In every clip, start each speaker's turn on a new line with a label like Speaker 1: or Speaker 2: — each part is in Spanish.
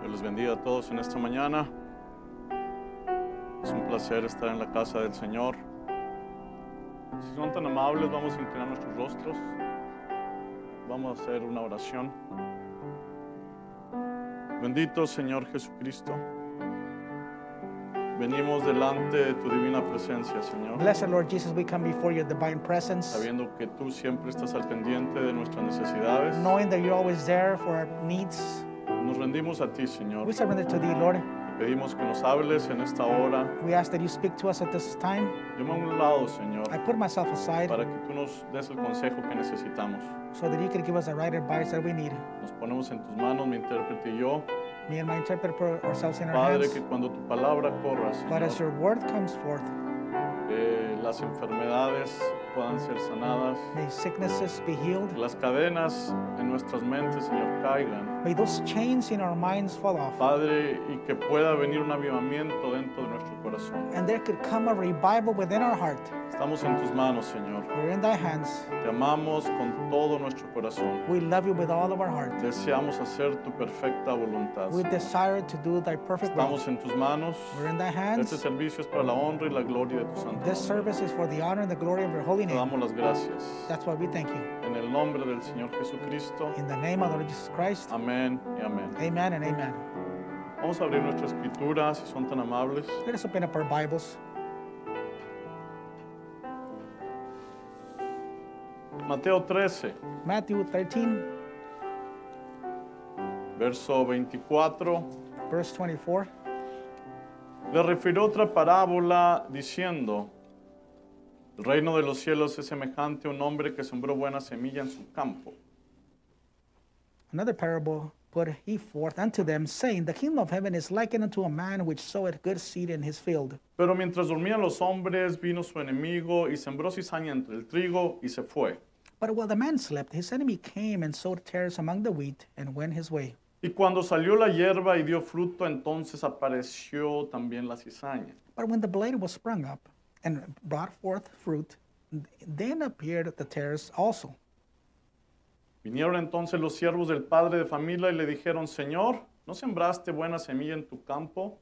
Speaker 1: Dios les bendiga a todos en esta mañana. Es un placer estar en la casa del Señor. Si son tan amables, vamos a inclinar nuestros rostros. Vamos a hacer una oración. Bendito Señor Jesucristo. Venimos delante de tu divina presencia, Señor,
Speaker 2: Blessed Lord Jesus, we come before your divine presence,
Speaker 1: sabiendo que tú siempre estás al pendiente de nuestras necesidades.
Speaker 2: knowing that you're always there for our needs.
Speaker 1: Nos rendimos a ti, Señor.
Speaker 2: We surrender to thee, Lord.
Speaker 1: Te pedimos que nos hables en esta hora.
Speaker 2: We ask that you speak to us at this time.
Speaker 1: Yo me hago a un lado, Señor,
Speaker 2: I put myself aside
Speaker 1: para que tú nos des el consejo que necesitamos.
Speaker 2: so that you can give us the right advice that we need.
Speaker 1: Nos ponemos en tus manos, mi intérprete y yo.
Speaker 2: Me and my interpreter put ourselves in our
Speaker 1: Padre,
Speaker 2: hands.
Speaker 1: que cuando tu palabra corra,
Speaker 2: But as
Speaker 1: Señor,
Speaker 2: your word comes forth,
Speaker 1: eh, las enfermedades puedan ser sanadas,
Speaker 2: may sicknesses be healed.
Speaker 1: que las cadenas en nuestras mentes, Señor, caigan.
Speaker 2: May those chains in our minds fall off.
Speaker 1: Padre, y que pueda venir un avivamiento dentro de nuestro corazón.
Speaker 2: And there could come a revival within our heart.
Speaker 1: Estamos en tus manos, Señor.
Speaker 2: We're in thy hands.
Speaker 1: Te amamos con todo nuestro corazón.
Speaker 2: We love you with all of our heart.
Speaker 1: Deseamos hacer tu perfecta voluntad.
Speaker 2: We desire to do thy perfect will.
Speaker 1: Estamos en tus manos.
Speaker 2: We're in thy
Speaker 1: Este
Speaker 2: hands.
Speaker 1: servicio es para la honra y la gloria de tu santo.
Speaker 2: This
Speaker 1: nombre.
Speaker 2: service is for the honor and the glory of your holy
Speaker 1: Te
Speaker 2: name.
Speaker 1: damos las gracias.
Speaker 2: That's why we thank you.
Speaker 1: En el nombre del Señor Jesucristo.
Speaker 2: In the name of the Lord Jesus Christ,
Speaker 1: Amén y amén.
Speaker 2: amen and amen.
Speaker 1: Vamos a abrir nuestra escritura, si son tan amables.
Speaker 2: Let us open up our Bibles.
Speaker 1: Mateo 13,
Speaker 2: Matthew 13,
Speaker 1: verso 24.
Speaker 2: verse 24.
Speaker 1: Le refirió otra parábola diciendo, el reino de los cielos es semejante a un hombre que sembró buena semilla en su campo.
Speaker 2: Another parable put he forth unto them, saying, The kingdom of heaven is likened unto a man which soweth good seed in his field.
Speaker 1: Pero mientras dormían los hombres, vino su enemigo y sembró cizaña entre el trigo y se fue.
Speaker 2: But while the man slept, his enemy came and sowed tares among the wheat and went his way.
Speaker 1: Y cuando salió la hierba y dio fruto, entonces apareció también la cizaña.
Speaker 2: But when the blade was sprung up and brought forth fruit, then appeared the tares also.
Speaker 1: Vinieron entonces los siervos del padre de familia y le dijeron, Señor, ¿no sembraste buena semilla en tu campo?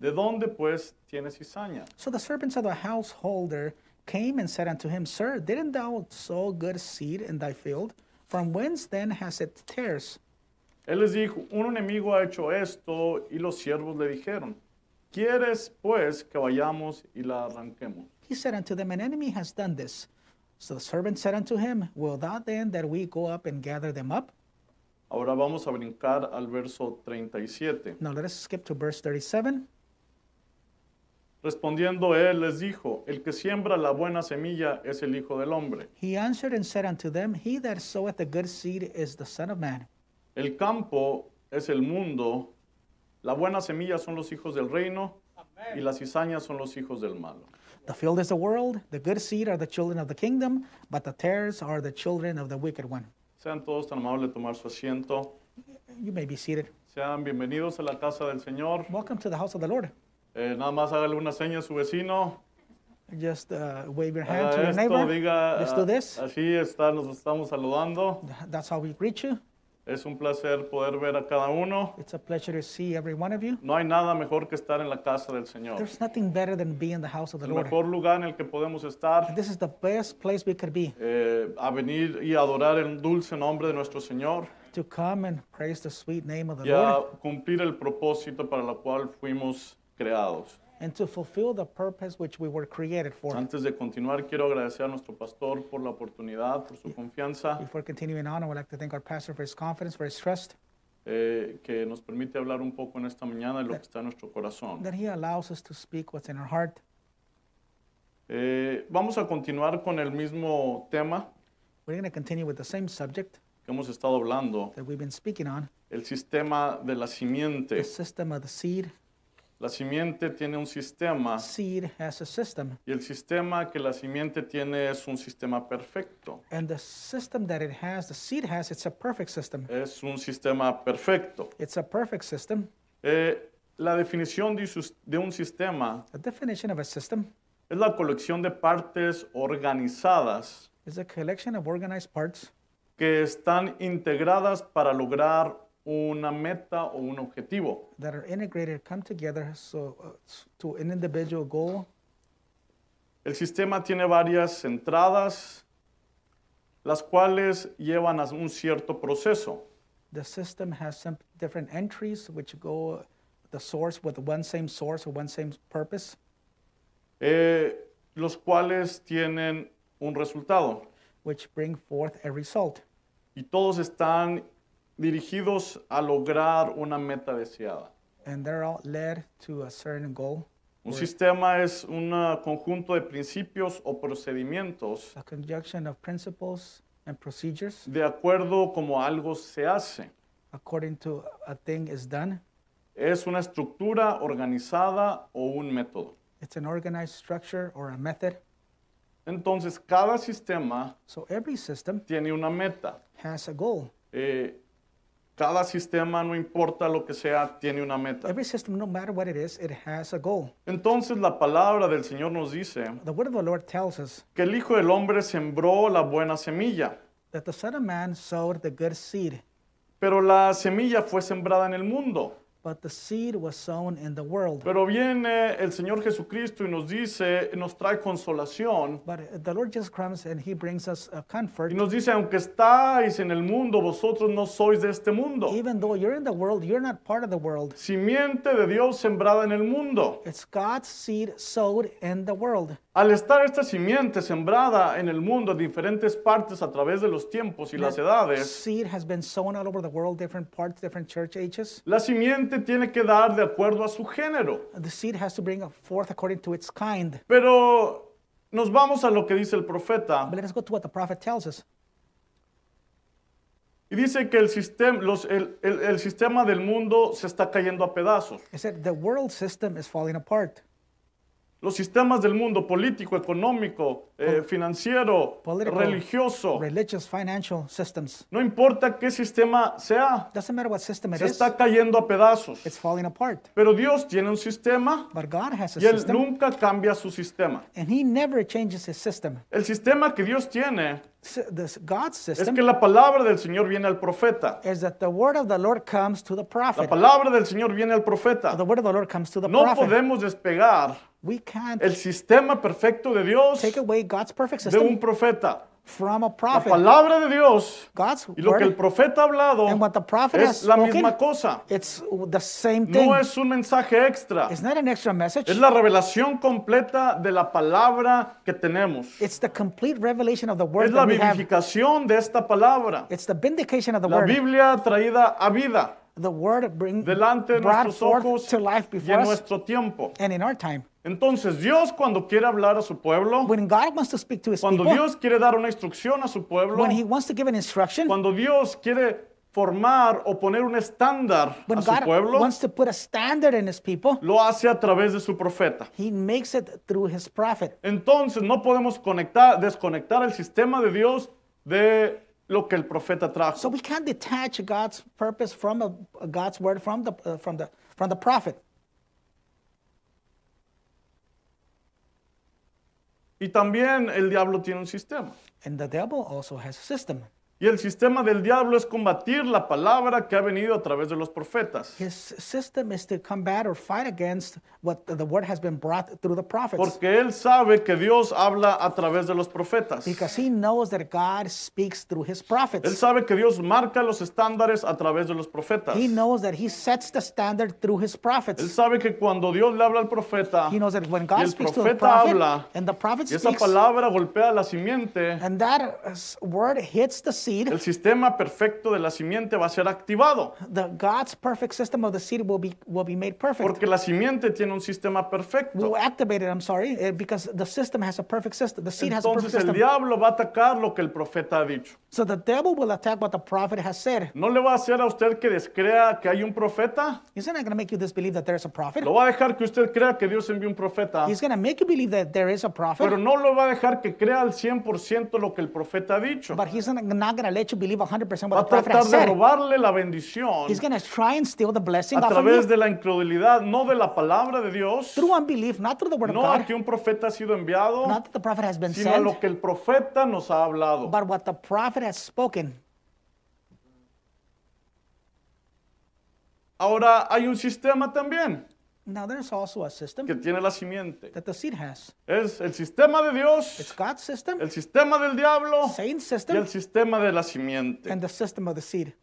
Speaker 1: ¿De dónde pues tienes cizaña?
Speaker 2: So the servants of the householder came and said unto him, Sir, didn't thou sow good seed in thy field? From whence then has it tares?
Speaker 1: Él les dijo, un enemigo ha hecho esto y los siervos le dijeron, ¿quieres pues que vayamos y la arranquemos?
Speaker 2: He said unto them, An enemy has done this. So the servant said unto him, Will thou then that we go up and gather them up?
Speaker 1: Ahora vamos a brincar al verso 37.
Speaker 2: Now let us skip to verse 37.
Speaker 1: Respondiendo él les dijo, el que siembra la buena semilla es el Hijo del Hombre.
Speaker 2: He answered and said unto them, He that soweth the good seed is the Son of Man.
Speaker 1: El campo es el mundo, la buena semilla son los hijos del reino y las cizañas son los hijos del malo.
Speaker 2: The field is the world, the good seed are the children of the kingdom, but the tares are the children of the wicked one.
Speaker 1: Sean todos tan amables de tomar su asiento.
Speaker 2: You may be seated.
Speaker 1: Sean bienvenidos a la casa del Señor.
Speaker 2: Welcome to the house of the Lord.
Speaker 1: Eh, nada más hágale una seña a su vecino.
Speaker 2: Just uh, wave your hand
Speaker 1: Haga
Speaker 2: to your
Speaker 1: esto,
Speaker 2: neighbor.
Speaker 1: diga,
Speaker 2: Let's do this.
Speaker 1: "Ah, así está, nos estamos saludando.
Speaker 2: That's how we greet you.
Speaker 1: Es un placer poder ver a cada uno.
Speaker 2: It's a pleasure to see every one of you.
Speaker 1: No hay nada mejor que estar en la casa del Señor.
Speaker 2: There's nothing better than being in the house of the
Speaker 1: El
Speaker 2: Lord.
Speaker 1: mejor lugar en el que podemos estar,
Speaker 2: This is the best place we could be
Speaker 1: eh, a venir y adorar el dulce nombre de nuestro Señor.
Speaker 2: to come and praise the sweet name of the
Speaker 1: y a
Speaker 2: Lord
Speaker 1: cumplir el propósito para el cual fuimos creados.
Speaker 2: and to fulfill the purpose which we were created for.
Speaker 1: Antes de continuar, quiero agradecer a nuestro pastor por la oportunidad, por su confianza,
Speaker 2: Before continuing on, I would like to thank our pastor for his confidence, for his trust,
Speaker 1: eh, que nos permite hablar un poco en esta mañana de lo que está en nuestro corazón.
Speaker 2: that he allows us to speak what's in our heart.
Speaker 1: Eh, vamos a continuar con el mismo tema
Speaker 2: We're going to continue with the same subject
Speaker 1: que hemos estado hablando,
Speaker 2: that we've been speaking on
Speaker 1: el sistema de la simiente.
Speaker 2: the system of the seed.
Speaker 1: La simiente tiene un sistema
Speaker 2: Seed has a system.
Speaker 1: y el sistema que la simiente tiene es un sistema perfecto.
Speaker 2: And the system that it has, the seed has, it's a perfect system.
Speaker 1: Es un sistema perfecto.
Speaker 2: It's a perfect system.
Speaker 1: Eh, la definición de, sus- de un sistema
Speaker 2: The definition of a system
Speaker 1: es la colección de partes organizadas
Speaker 2: is a collection of organized parts
Speaker 1: que están integradas para lograr una meta o un objetivo.
Speaker 2: that are integrated come together so uh, s- to an individual goal.
Speaker 1: El sistema tiene varias entradas, las cuales llevan a un cierto proceso.
Speaker 2: The system has some different entries which go the source with one same source or one same purpose,
Speaker 1: eh, los cuales tienen un resultado
Speaker 2: which bring forth a result.
Speaker 1: y todos están dirigidos a lograr una meta deseada.
Speaker 2: And they're all led to a certain goal.
Speaker 1: Un sistema es un ah, conjunto de principios o procedimientos
Speaker 2: A conjunction of principles and procedures
Speaker 1: de acuerdo como algo se hace.
Speaker 2: according to a thing is done.
Speaker 1: Es una estructura organizada o un método.
Speaker 2: It's an organized structure or a method.
Speaker 1: Entonces, cada sistema
Speaker 2: So every system
Speaker 1: tiene una meta.
Speaker 2: has a goal.
Speaker 1: Eh, cada sistema, no importa lo que sea, tiene una meta.
Speaker 2: Every system, no matter what it is, it has a goal.
Speaker 1: Entonces, la palabra del Señor nos dice
Speaker 2: The word of the Lord tells us
Speaker 1: que el Hijo del Hombre sembró la buena semilla,
Speaker 2: that the Son of Man sowed the good seed,
Speaker 1: pero la semilla fue sembrada en el mundo.
Speaker 2: but the seed was sown in the world.
Speaker 1: Pero viene el Señor Jesucristo y nos dice, nos trae consolación
Speaker 2: But the Lord just comes and He brings us a comfort.
Speaker 1: y nos dice, aunque estáis en el mundo, vosotros no sois de este mundo.
Speaker 2: Even though you're in the world, you're not part of the world.
Speaker 1: Simiente de Dios sembrada en el mundo.
Speaker 2: It's God's seed sowed in the world.
Speaker 1: Al estar esta simiente sembrada en el mundo en diferentes partes a través de los tiempos y las edades,
Speaker 2: Seed has been sown all over the world, different parts, different church ages.
Speaker 1: la simiente tiene que dar de acuerdo a su género.
Speaker 2: The seed has to bring forth according to its kind.
Speaker 1: Pero nos vamos a lo que dice el profeta.
Speaker 2: But let us go to what the prophet tells us.
Speaker 1: Y dice que el, sistem- los- el- el- el sistema del mundo se está cayendo a pedazos.
Speaker 2: He said, The world system is falling apart.
Speaker 1: Los sistemas del mundo político, económico, eh, financiero,
Speaker 2: Political,
Speaker 1: religioso,
Speaker 2: Religious, financial systems.
Speaker 1: no importa qué sistema sea,
Speaker 2: Doesn't matter what system it
Speaker 1: se
Speaker 2: is,
Speaker 1: está cayendo a pedazos.
Speaker 2: it's falling apart.
Speaker 1: Pero Dios tiene un sistema
Speaker 2: But God has a
Speaker 1: y Él
Speaker 2: system,
Speaker 1: nunca cambia su sistema.
Speaker 2: and He never changes His system.
Speaker 1: El sistema que Dios tiene
Speaker 2: S- This God's
Speaker 1: es
Speaker 2: system
Speaker 1: que la palabra del Señor viene al profeta.
Speaker 2: is that the word of the Lord comes to the
Speaker 1: La
Speaker 2: prophet.
Speaker 1: palabra del Señor viene al profeta.
Speaker 2: The word of the Lord comes to the
Speaker 1: No
Speaker 2: prophet.
Speaker 1: podemos despegar
Speaker 2: We can't
Speaker 1: el sistema perfecto de Dios
Speaker 2: take away God's perfect
Speaker 1: de
Speaker 2: system
Speaker 1: un profeta.
Speaker 2: from a
Speaker 1: La
Speaker 2: prophet.
Speaker 1: palabra de Dios
Speaker 2: God's
Speaker 1: y lo que el
Speaker 2: word,
Speaker 1: profeta ha hablado
Speaker 2: And what the prophet has
Speaker 1: es la
Speaker 2: spoken
Speaker 1: misma cosa.
Speaker 2: it's the same thing.
Speaker 1: No es un mensaje extra.
Speaker 2: It's not an extra message.
Speaker 1: Es la revelación completa de la palabra que tenemos.
Speaker 2: It's the complete revelation of the
Speaker 1: Es
Speaker 2: word
Speaker 1: la
Speaker 2: that we have.
Speaker 1: vivificación de esta palabra.
Speaker 2: It's the vindication of the
Speaker 1: La
Speaker 2: word.
Speaker 1: Biblia traída a vida
Speaker 2: the word bring
Speaker 1: delante de
Speaker 2: brought
Speaker 1: nuestros
Speaker 2: forth
Speaker 1: ojos
Speaker 2: to life
Speaker 1: y
Speaker 2: before
Speaker 1: en
Speaker 2: us
Speaker 1: nuestro tiempo.
Speaker 2: and in our time.
Speaker 1: Entonces Dios cuando quiere hablar a su pueblo,
Speaker 2: When God wants to speak to his
Speaker 1: cuando
Speaker 2: people,
Speaker 1: Dios quiere dar una instrucción a su pueblo,
Speaker 2: when he wants to give an instruction,
Speaker 1: cuando Dios quiere formar o poner un estándar
Speaker 2: when
Speaker 1: a su
Speaker 2: God
Speaker 1: pueblo,
Speaker 2: wants to put a standard in his people,
Speaker 1: lo hace a través de su profeta.
Speaker 2: he makes it through his prophet.
Speaker 1: Entonces no podemos conectar, desconectar el sistema de Dios de lo que el profeta
Speaker 2: So
Speaker 1: trajo.
Speaker 2: we can't detach God's purpose from a, God's word from the uh, from the from the prophet.
Speaker 1: Y también el diablo tiene un sistema.
Speaker 2: And the devil also has a system.
Speaker 1: Y el sistema del diablo es combatir la palabra que ha venido a través de los profetas.
Speaker 2: His system is to combat or fight against what the word has been brought through the prophets.
Speaker 1: Porque él sabe que Dios habla a través de los profetas.
Speaker 2: because he knows that God speaks through his
Speaker 1: Él
Speaker 2: prophets.
Speaker 1: sabe que Dios marca los estándares a través de los profetas.
Speaker 2: He
Speaker 1: Él
Speaker 2: knows that he sets the standard through his prophets.
Speaker 1: sabe que cuando Dios le habla al profeta
Speaker 2: He knows that when
Speaker 1: y
Speaker 2: God
Speaker 1: el
Speaker 2: speaks to the
Speaker 1: profeta
Speaker 2: prophet
Speaker 1: habla,
Speaker 2: and the prophet
Speaker 1: y esa
Speaker 2: speaks,
Speaker 1: palabra golpea la simiente,
Speaker 2: and that uh, s- word hits the seed,
Speaker 1: el sistema perfecto de la simiente va a ser activado.
Speaker 2: the God's perfect system of the seed will be will be made perfect.
Speaker 1: Porque la simiente tiene un sistema perfecto.
Speaker 2: will activate it. I'm sorry, eh, because the system has a perfect system. The seed has a perfect
Speaker 1: Entonces el
Speaker 2: system.
Speaker 1: diablo va a atacar lo que el profeta ha dicho.
Speaker 2: So the devil will attack what the prophet has said.
Speaker 1: No le va a hacer a usted que descrea que hay un profeta.
Speaker 2: He's not going to make you disbelieve that there's a prophet.
Speaker 1: Lo va a dejar que usted crea que Dios envió un profeta.
Speaker 2: He's going to make you believe that there is a prophet,
Speaker 1: Pero no lo va a dejar que crea al 100% lo que el profeta ha dicho.
Speaker 2: but he's not going to let you believe 100% what
Speaker 1: Va
Speaker 2: the
Speaker 1: a
Speaker 2: prophet
Speaker 1: tratar
Speaker 2: has
Speaker 1: de
Speaker 2: said.
Speaker 1: robarle la bendición
Speaker 2: He's going to try and steal the blessing
Speaker 1: a
Speaker 2: off of you
Speaker 1: través de la incredulidad, no de la palabra de Dios,
Speaker 2: through unbelief, not through the word
Speaker 1: no
Speaker 2: of
Speaker 1: a
Speaker 2: God,
Speaker 1: que un profeta ha sido enviado,
Speaker 2: not that the prophet has been
Speaker 1: sino a
Speaker 2: sent,
Speaker 1: lo que el profeta nos ha hablado.
Speaker 2: but what the prophet has spoken.
Speaker 1: Ahora hay un sistema también
Speaker 2: Now there's also a system
Speaker 1: que tiene la simiente.
Speaker 2: that the seed has.
Speaker 1: Es el sistema de
Speaker 2: It's
Speaker 1: Dios,
Speaker 2: God's system,
Speaker 1: el sistema del diablo
Speaker 2: Satan's
Speaker 1: y el
Speaker 2: system,
Speaker 1: sistema de la simiente.
Speaker 2: and the system of the seed.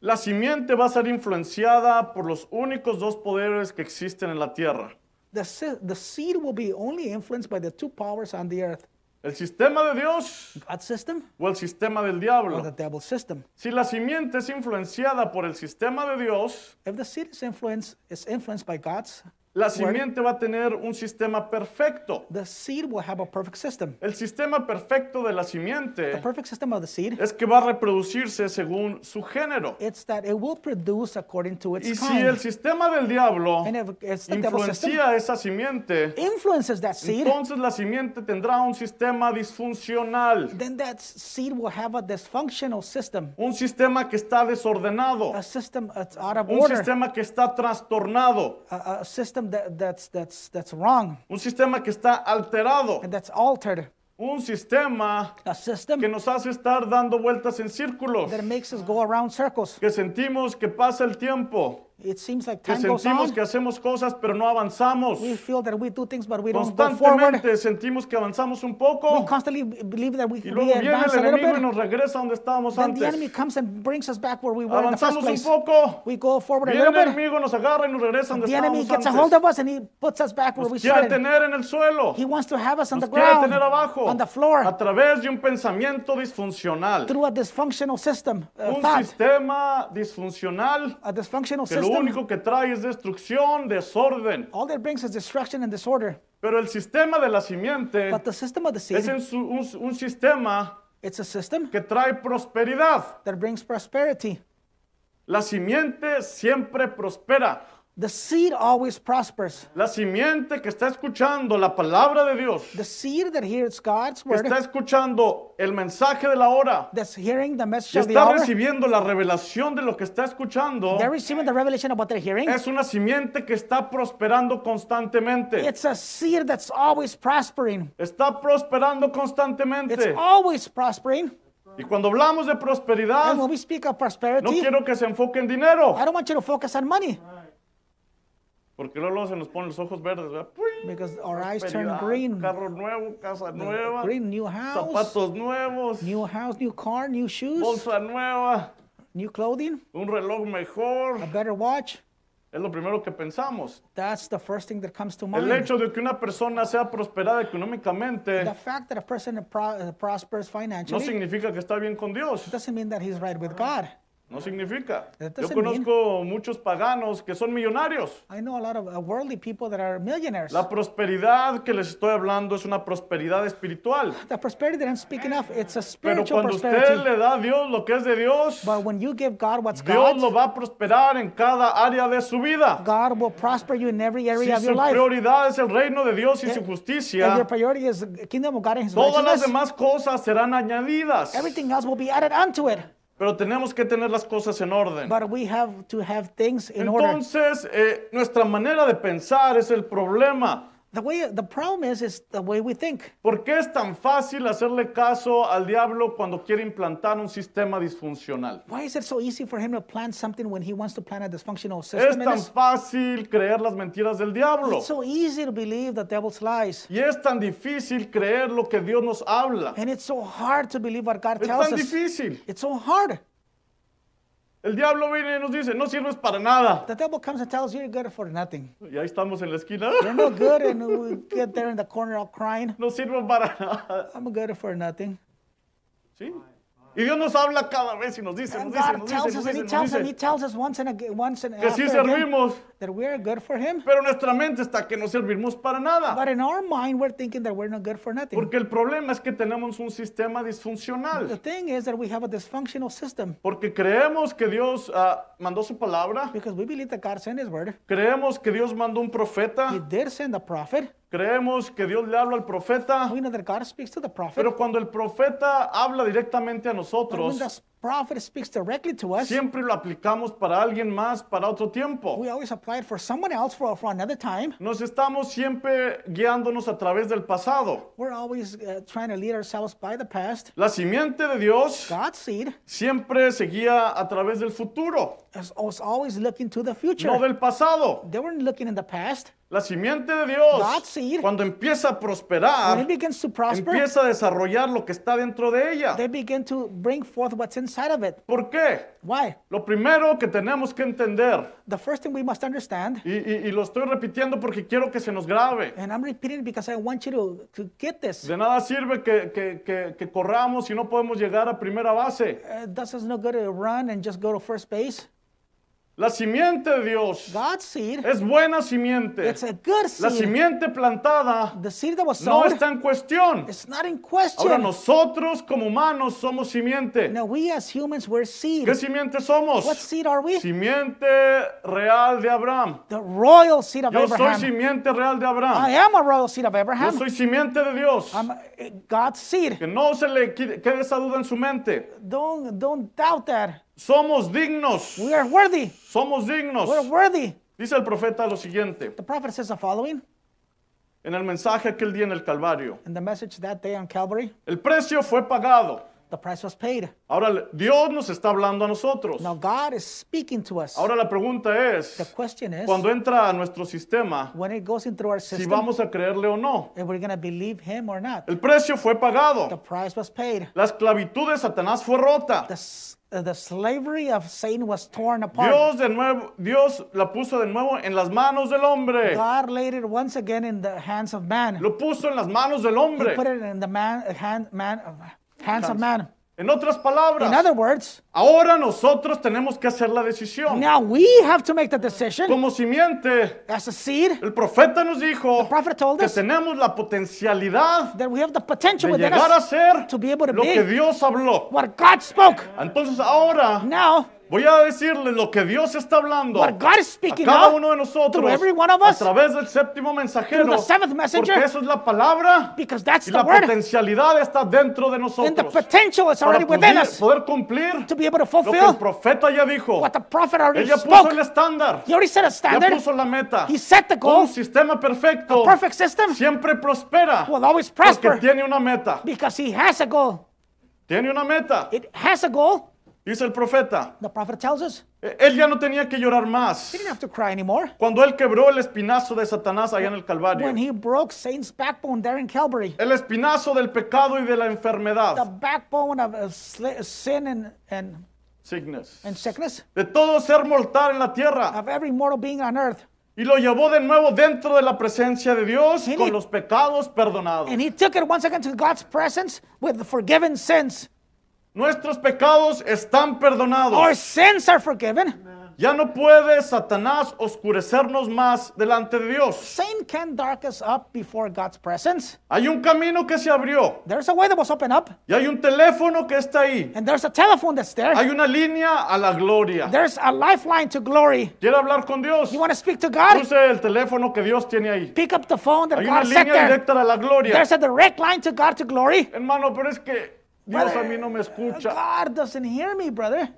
Speaker 1: La simiente va a ser influenciada por los únicos dos poderes que existen en la tierra.
Speaker 2: The, se- the seed will be only influenced by the two powers on the earth
Speaker 1: El sistema de Dios
Speaker 2: God's system
Speaker 1: o el sistema del
Speaker 2: or the
Speaker 1: diablo.
Speaker 2: devil's system.
Speaker 1: Si la simiente es influenciada por el sistema de Dios,
Speaker 2: If the seed is influenced, is influenced by God's,
Speaker 1: la simiente va a tener un sistema perfecto.
Speaker 2: the seed will have a perfect system.
Speaker 1: El sistema perfecto de la
Speaker 2: The
Speaker 1: simiente
Speaker 2: perfect system of the seed
Speaker 1: es que va a reproducirse según su género.
Speaker 2: it's that it will produce according to
Speaker 1: Y
Speaker 2: its
Speaker 1: si el
Speaker 2: kind.
Speaker 1: sistema del diablo
Speaker 2: And if it's the devil's system
Speaker 1: influencia esa simiente,
Speaker 2: influences that seed,
Speaker 1: entonces la simiente tendrá un sistema disfuncional.
Speaker 2: then that seed will have a dysfunctional system,
Speaker 1: Un sistema que está desordenado.
Speaker 2: a system that's out of
Speaker 1: Un
Speaker 2: order,
Speaker 1: sistema que está trastornado.
Speaker 2: a, a system that, that's, that's, that's wrong
Speaker 1: Un sistema que está alterado.
Speaker 2: and that's altered,
Speaker 1: Un sistema
Speaker 2: a
Speaker 1: que
Speaker 2: system
Speaker 1: nos hace estar dando vueltas en círculos.
Speaker 2: that makes us go around circles.
Speaker 1: Que sentimos que pasa el tiempo.
Speaker 2: It seems like
Speaker 1: Que
Speaker 2: time goes on.
Speaker 1: sentimos que hacemos cosas pero no avanzamos.
Speaker 2: We feel that we do things, but we don't go forward.
Speaker 1: Constantemente sentimos que avanzamos un
Speaker 2: We
Speaker 1: poco
Speaker 2: constantly b- believe that we
Speaker 1: y
Speaker 2: can
Speaker 1: luego viene
Speaker 2: advance a
Speaker 1: el
Speaker 2: little
Speaker 1: enemigo y
Speaker 2: bit.
Speaker 1: nos regresa donde estábamos
Speaker 2: Then the enemy
Speaker 1: antes.
Speaker 2: comes and brings us back where we were in the first
Speaker 1: Avanzamos un
Speaker 2: place.
Speaker 1: poco.
Speaker 2: We go forward a
Speaker 1: Viene
Speaker 2: little
Speaker 1: el
Speaker 2: bit.
Speaker 1: enemigo, nos agarra y nos regresa donde
Speaker 2: The enemy
Speaker 1: estábamos
Speaker 2: gets a hold
Speaker 1: antes.
Speaker 2: of us and he puts us back where we
Speaker 1: Nos quiere
Speaker 2: started.
Speaker 1: tener en el suelo.
Speaker 2: He wants to have us on the
Speaker 1: Nos quiere
Speaker 2: ground,
Speaker 1: tener abajo
Speaker 2: on the floor,
Speaker 1: a través de un pensamiento disfuncional.
Speaker 2: through a dysfunctional system, a
Speaker 1: Un
Speaker 2: thought,
Speaker 1: sistema disfuncional
Speaker 2: a dysfunctional
Speaker 1: que lo
Speaker 2: system.
Speaker 1: único que trae es destrucción, desorden.
Speaker 2: All that brings is destruction and disorder.
Speaker 1: Pero el sistema de la simiente
Speaker 2: But the system of the
Speaker 1: Eh, es
Speaker 2: seed,
Speaker 1: en su- un, un sistema
Speaker 2: it's a system
Speaker 1: que trae prosperidad.
Speaker 2: that brings prosperity.
Speaker 1: La simiente siempre prospera.
Speaker 2: The seed always prospers.
Speaker 1: La simiente que está escuchando la palabra de Dios,
Speaker 2: The seed that hears God's
Speaker 1: que
Speaker 2: word
Speaker 1: está escuchando el mensaje de la hora,
Speaker 2: that's hearing the message
Speaker 1: que
Speaker 2: of the
Speaker 1: está
Speaker 2: hour,
Speaker 1: recibiendo la revelación de lo que está escuchando,
Speaker 2: they're receiving the revelation of what they're hearing.
Speaker 1: es una simiente que está prosperando constantemente.
Speaker 2: It's a seed that's always prospering.
Speaker 1: Está prosperando
Speaker 2: It's
Speaker 1: constantemente.
Speaker 2: always prospering.
Speaker 1: Y cuando hablamos de prosperidad,
Speaker 2: And when we speak of
Speaker 1: no
Speaker 2: prosperity,
Speaker 1: quiero que se enfoque en dinero,
Speaker 2: I don't want you to focus on money
Speaker 1: porque luego se nos ponen los ojos verdes, ¿verdad? Uy,
Speaker 2: because our eyes turn
Speaker 1: prosperidad,
Speaker 2: green.
Speaker 1: Carro nuevo, casa nueva,
Speaker 2: Green, new house,
Speaker 1: zapatos nuevos,
Speaker 2: new house, new car, new shoes,
Speaker 1: bolsa nueva,
Speaker 2: new clothing,
Speaker 1: un reloj mejor.
Speaker 2: a better watch.
Speaker 1: Es lo primero que pensamos.
Speaker 2: That's the first thing that comes to
Speaker 1: El
Speaker 2: mind.
Speaker 1: hecho de que una persona sea prosperada económicamente
Speaker 2: The fact that a person pro- uh, prospers
Speaker 1: no
Speaker 2: financially
Speaker 1: significa que está bien con Dios.
Speaker 2: doesn't mean that he's right with God.
Speaker 1: No significa.
Speaker 2: That
Speaker 1: Yo
Speaker 2: doesn't mean-
Speaker 1: conozco muchos paganos que son millonarios.
Speaker 2: I know a lot of uh, worldly people that are millionaires.
Speaker 1: La prosperidad que les estoy hablando es una prosperidad espiritual.
Speaker 2: The prosperity that I'm speaking of, it's a
Speaker 1: Pero
Speaker 2: spiritual
Speaker 1: cuando usted
Speaker 2: prosperity.
Speaker 1: le da a Dios lo que es de Dios,
Speaker 2: But when you give God what's
Speaker 1: Dios lo
Speaker 2: God's,
Speaker 1: va a prosperar en cada área de su vida.
Speaker 2: God will prosper you in every
Speaker 1: Si
Speaker 2: area of your
Speaker 1: su
Speaker 2: life.
Speaker 1: prioridad es el reino de Dios y su
Speaker 2: If your
Speaker 1: justicia,
Speaker 2: priority is the kingdom of God and His
Speaker 1: todas las
Speaker 2: righteousness,
Speaker 1: demás cosas serán añadidas.
Speaker 2: everything else will be added unto it.
Speaker 1: Pero tenemos que tener las cosas en orden.
Speaker 2: But we have to have things in order.
Speaker 1: Entonces, eh, nuestra manera de pensar es el problema.
Speaker 2: The way the problem is is the way we think.
Speaker 1: ¿Por qué es tan fácil hacerle caso al diablo cuando quiere implantar un sistema disfuncional?
Speaker 2: Why is it so easy for him to plan something when he wants to plan a dysfunctional
Speaker 1: Es
Speaker 2: system? in
Speaker 1: tan
Speaker 2: us?
Speaker 1: fácil creer las mentiras del diablo.
Speaker 2: It's so easy to believe the devil's lies.
Speaker 1: Y es tan difícil creer lo que Dios nos habla.
Speaker 2: And it's so hard to believe what God
Speaker 1: Eh, Es
Speaker 2: tells
Speaker 1: tan
Speaker 2: us.
Speaker 1: difícil.
Speaker 2: It's so hard.
Speaker 1: El diablo viene y nos dice, no sirves para nada.
Speaker 2: The devil comes and tells you you're good for nothing.
Speaker 1: Y ahí estamos en la esquina.
Speaker 2: You're no good, and we get there in the corner all crying.
Speaker 1: No sirvo para nada.
Speaker 2: I'm good for nothing.
Speaker 1: ¿Sí? Y Dios nos habla cada vez y nos dice, nos
Speaker 2: And
Speaker 1: dice,
Speaker 2: God
Speaker 1: nos
Speaker 2: tells
Speaker 1: dice,
Speaker 2: us,
Speaker 1: nos
Speaker 2: and
Speaker 1: dice,
Speaker 2: He
Speaker 1: nos
Speaker 2: tells us, and He
Speaker 1: dice.
Speaker 2: tells us once and again, once and
Speaker 1: Que sí
Speaker 2: after again,
Speaker 1: servimos.
Speaker 2: that we're good for Him.
Speaker 1: Pero nuestra mente está que no servimos para nada.
Speaker 2: But in our mind, we're thinking that we're not good for nothing.
Speaker 1: Porque el problema es que tenemos un sistema
Speaker 2: The
Speaker 1: disfuncional.
Speaker 2: thing is that we have a dysfunctional system
Speaker 1: Porque creemos que Dios ah, mandó su palabra,
Speaker 2: because we believe that God sent His word.
Speaker 1: creemos que Dios mandó un
Speaker 2: He
Speaker 1: profeta,
Speaker 2: did send a prophet.
Speaker 1: creemos que Dios le habla al profeta.
Speaker 2: We know that God speaks to the prophet.
Speaker 1: Pero cuando el profeta habla directamente a
Speaker 2: But when the
Speaker 1: nosotros,
Speaker 2: s- prophet speaks directly to us.
Speaker 1: Siempre lo aplicamos para alguien más, para otro tiempo.
Speaker 2: We always apply it for someone else for, for another time.
Speaker 1: Nos estamos siempre guiándonos a través del pasado.
Speaker 2: We're always uh, trying to lead ourselves by the past.
Speaker 1: La simiente de Dios
Speaker 2: God's seed
Speaker 1: siempre se guía a través del futuro,
Speaker 2: is- was always looking to the future.
Speaker 1: no del pasado.
Speaker 2: They weren't looking in the past.
Speaker 1: La simiente de
Speaker 2: God's
Speaker 1: Dios,
Speaker 2: seed,
Speaker 1: cuando empieza a
Speaker 2: when it
Speaker 1: prosperar,
Speaker 2: begins to prosper,
Speaker 1: Ah, empieza a desarrollar lo que está dentro de ella.
Speaker 2: they begin to bring forth what's inside of it.
Speaker 1: ¿Por qué?
Speaker 2: Why?
Speaker 1: Lo primero que tenemos que entender,
Speaker 2: The first thing we must understand,
Speaker 1: y, y- y lo estoy repitiendo porque quiero que se nos grabe,
Speaker 2: and I'm repeating it because I want you to, to get this.
Speaker 1: de nada sirve que, que- que- que corramos si no podemos llegar a primera base.
Speaker 2: Uh, it does us no good to run and just go to first base.
Speaker 1: La simiente de Dios
Speaker 2: God's seed,
Speaker 1: es buena simiente.
Speaker 2: it's a good
Speaker 1: Eh, La
Speaker 2: seed.
Speaker 1: simiente plantada
Speaker 2: The seed that was
Speaker 1: no
Speaker 2: sown,
Speaker 1: está en cuestión.
Speaker 2: it's not in
Speaker 1: Ahora
Speaker 2: question.
Speaker 1: nosotros como humanos somos simiente.
Speaker 2: Now we as humans, we're seed.
Speaker 1: ¿Qué simiente
Speaker 2: What
Speaker 1: somos?
Speaker 2: seed are we?
Speaker 1: Simiente real de Abraham.
Speaker 2: The royal seed of
Speaker 1: Yo soy
Speaker 2: Abraham.
Speaker 1: simiente real de
Speaker 2: I
Speaker 1: Abraham.
Speaker 2: am a royal seed of
Speaker 1: Yo
Speaker 2: Abraham.
Speaker 1: soy simiente de Dios.
Speaker 2: I'm uh, God's seed.
Speaker 1: Que no se le qui- quede esa duda en su mente.
Speaker 2: Don't don't doubt that.
Speaker 1: Somos dignos.
Speaker 2: We are worthy.
Speaker 1: Somos dignos.
Speaker 2: We're worthy.
Speaker 1: Dice el profeta lo siguiente
Speaker 2: The prophet says the following
Speaker 1: en el mensaje aquel día en el Calvario.
Speaker 2: in the message that day on Calvary.
Speaker 1: El precio fue pagado.
Speaker 2: The price was paid.
Speaker 1: Ahora le- Dios nos está hablando a nosotros.
Speaker 2: Now God is speaking to us.
Speaker 1: Ahora la pregunta
Speaker 2: The
Speaker 1: es,
Speaker 2: question is
Speaker 1: cuando entra a nuestro sistema,
Speaker 2: when it goes into our
Speaker 1: si
Speaker 2: system,
Speaker 1: vamos a creerle o no.
Speaker 2: if we're gonna believe Him or not.
Speaker 1: El precio fue
Speaker 2: The
Speaker 1: pagado.
Speaker 2: price was paid.
Speaker 1: La esclavitud de Satanás fue rota.
Speaker 2: The, s- uh, the slavery of Satan was torn apart.
Speaker 1: Dios de nuevo, Dios la puso de nuevo en las manos del hombre.
Speaker 2: God laid it once again in the hands of man.
Speaker 1: Lo puso en las manos del
Speaker 2: He
Speaker 1: hombre.
Speaker 2: put it in the man, uh, hand, man, uh, hands of man.
Speaker 1: En otras
Speaker 2: In
Speaker 1: palabras,
Speaker 2: other words,
Speaker 1: ahora nosotros tenemos que hacer la decisión.
Speaker 2: now we have to make the decision
Speaker 1: Como simiente,
Speaker 2: as a seed.
Speaker 1: el profeta nos dijo
Speaker 2: Prophet told
Speaker 1: que
Speaker 2: us
Speaker 1: tenemos la potencialidad
Speaker 2: that we have the potential
Speaker 1: de
Speaker 2: within
Speaker 1: llegar a
Speaker 2: us
Speaker 1: ser
Speaker 2: to be able to
Speaker 1: lo que
Speaker 2: be
Speaker 1: Dios habló.
Speaker 2: what God spoke.
Speaker 1: Entonces ahora
Speaker 2: Now,
Speaker 1: voy a decirles lo que Dios está hablando.
Speaker 2: what God is
Speaker 1: a
Speaker 2: speaking
Speaker 1: cada Oh. uno
Speaker 2: of,
Speaker 1: de nosotros
Speaker 2: through every one of
Speaker 1: a
Speaker 2: us,
Speaker 1: través del séptimo mensajero
Speaker 2: through the seventh messenger,
Speaker 1: porque eso es la palabra
Speaker 2: because that's
Speaker 1: y
Speaker 2: the
Speaker 1: la
Speaker 2: word,
Speaker 1: potencialidad está dentro de
Speaker 2: and the
Speaker 1: nosotros
Speaker 2: potential is
Speaker 1: para
Speaker 2: already within
Speaker 1: poder,
Speaker 2: us
Speaker 1: poder cumplir
Speaker 2: to be able to
Speaker 1: lo que el
Speaker 2: fulfill
Speaker 1: profeta ya dijo
Speaker 2: what the prophet already
Speaker 1: ella puso el
Speaker 2: spoke.
Speaker 1: estándar
Speaker 2: He already set a
Speaker 1: ella
Speaker 2: standard.
Speaker 1: puso la meta
Speaker 2: He set the
Speaker 1: un
Speaker 2: goal.
Speaker 1: sistema perfecto
Speaker 2: Perfect system
Speaker 1: siempre prospera
Speaker 2: will always
Speaker 1: porque
Speaker 2: prosper
Speaker 1: tiene una meta
Speaker 2: because he has a goal.
Speaker 1: tiene una meta
Speaker 2: It has a goal.
Speaker 1: dice el profeta
Speaker 2: The prophet tells us
Speaker 1: E- él ya no tenía que llorar más
Speaker 2: he didn't have to cry anymore.
Speaker 1: cuando él quebró el espinazo de Satanás allá en el Calvario
Speaker 2: when he broke Satan's backbone there in Calvary.
Speaker 1: El espinazo del pecado y de la enfermedad.
Speaker 2: The backbone of uh, sli- sin and, and,
Speaker 1: Sickness.
Speaker 2: and sickness
Speaker 1: De todo ser mortal en la tierra.
Speaker 2: of every mortal being on earth.
Speaker 1: Y lo llevó de nuevo dentro de la presencia de Dios
Speaker 2: Él-
Speaker 1: con los pecados perdonados.
Speaker 2: And he took it once again to God's presence with the forgiven sins.
Speaker 1: Nuestros pecados están
Speaker 2: Our
Speaker 1: perdonados.
Speaker 2: sins are forgiven.
Speaker 1: Ya no puede Satanás oscurecernos más delante de Dios.
Speaker 2: Satan can dark us up before God's presence.
Speaker 1: Hay un camino que se abrió.
Speaker 2: There's a way that was opened up,
Speaker 1: Y hay un teléfono que está ahí.
Speaker 2: and there's a telephone that's there.
Speaker 1: Hay una línea a la gloria.
Speaker 2: There's a lifeline to glory.
Speaker 1: ¿Quiere hablar con Dios?
Speaker 2: You want to speak to God?
Speaker 1: Use el teléfono que Dios tiene ahí.
Speaker 2: Pick up the phone that
Speaker 1: Hay una
Speaker 2: God set
Speaker 1: línea
Speaker 2: there.
Speaker 1: directa a la gloria.
Speaker 2: There's a direct line to God to glory.
Speaker 1: Hermano, pero es que Dios
Speaker 2: Brother,
Speaker 1: a mí no me escucha.
Speaker 2: God doesn't hear me, brother.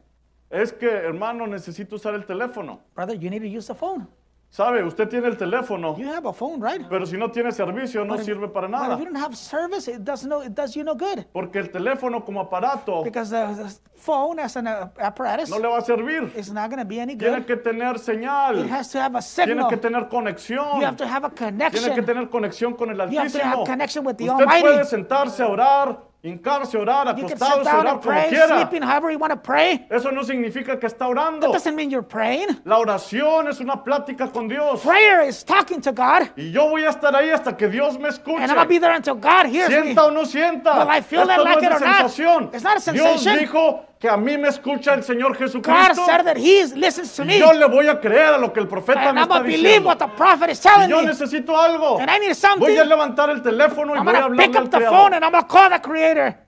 Speaker 1: Es que, hermano, necesito usar el teléfono.
Speaker 2: Brother, you need to use the phone.
Speaker 1: Sabe, usted tiene el teléfono,
Speaker 2: You have a phone, right?
Speaker 1: pero si no tiene servicio no
Speaker 2: if-
Speaker 1: sirve para
Speaker 2: But if
Speaker 1: nada.
Speaker 2: you don't have service, it does no, it does you no good
Speaker 1: Porque el teléfono como aparato
Speaker 2: because the, the phone as an uh, apparatus
Speaker 1: no le va a servir.
Speaker 2: is not going to be any
Speaker 1: Tiene
Speaker 2: good.
Speaker 1: que tener
Speaker 2: It
Speaker 1: señal,
Speaker 2: has to have a
Speaker 1: tiene
Speaker 2: signal.
Speaker 1: que tener conexión,
Speaker 2: You have to have a
Speaker 1: tiene que
Speaker 2: connection.
Speaker 1: tener conexión con el
Speaker 2: You have to
Speaker 1: Altísimo.
Speaker 2: have connection with the
Speaker 1: Usted
Speaker 2: Almighty.
Speaker 1: puede sentarse a orar, hincarse a orar,
Speaker 2: You can
Speaker 1: acostarse
Speaker 2: sit
Speaker 1: a
Speaker 2: down
Speaker 1: orar
Speaker 2: and
Speaker 1: como
Speaker 2: pray,
Speaker 1: quiera.
Speaker 2: sleeping, however you want to pray.
Speaker 1: Eso no significa que está orando.
Speaker 2: That doesn't mean you're praying.
Speaker 1: La oración es una plática con Dios.
Speaker 2: Prayer is talking to God,
Speaker 1: Y yo voy a estar ahí hasta que Dios me escuche.
Speaker 2: and I'm gonna be there until God hears me.
Speaker 1: Sienta o no sienta.
Speaker 2: Will I feel
Speaker 1: Esto
Speaker 2: it like
Speaker 1: no
Speaker 2: it
Speaker 1: es
Speaker 2: or
Speaker 1: de
Speaker 2: not?
Speaker 1: sensación.
Speaker 2: It's not a
Speaker 1: Dios
Speaker 2: sensation.
Speaker 1: dijo que a mí me escucha el Señor
Speaker 2: God
Speaker 1: Jesucristo.
Speaker 2: said that He listens to me,
Speaker 1: Yo le voy a creer a lo que el profeta
Speaker 2: and
Speaker 1: me
Speaker 2: I'm
Speaker 1: está
Speaker 2: gonna believe
Speaker 1: diciendo.
Speaker 2: what the prophet is
Speaker 1: Y
Speaker 2: telling
Speaker 1: yo
Speaker 2: me.
Speaker 1: necesito algo.
Speaker 2: And I need
Speaker 1: Voy a
Speaker 2: something.
Speaker 1: levantar el teléfono y
Speaker 2: I'm
Speaker 1: voy a
Speaker 2: gonna
Speaker 1: hablarle
Speaker 2: pick
Speaker 1: al
Speaker 2: up the
Speaker 1: Creador.
Speaker 2: phone and I'm gonna call the Creator.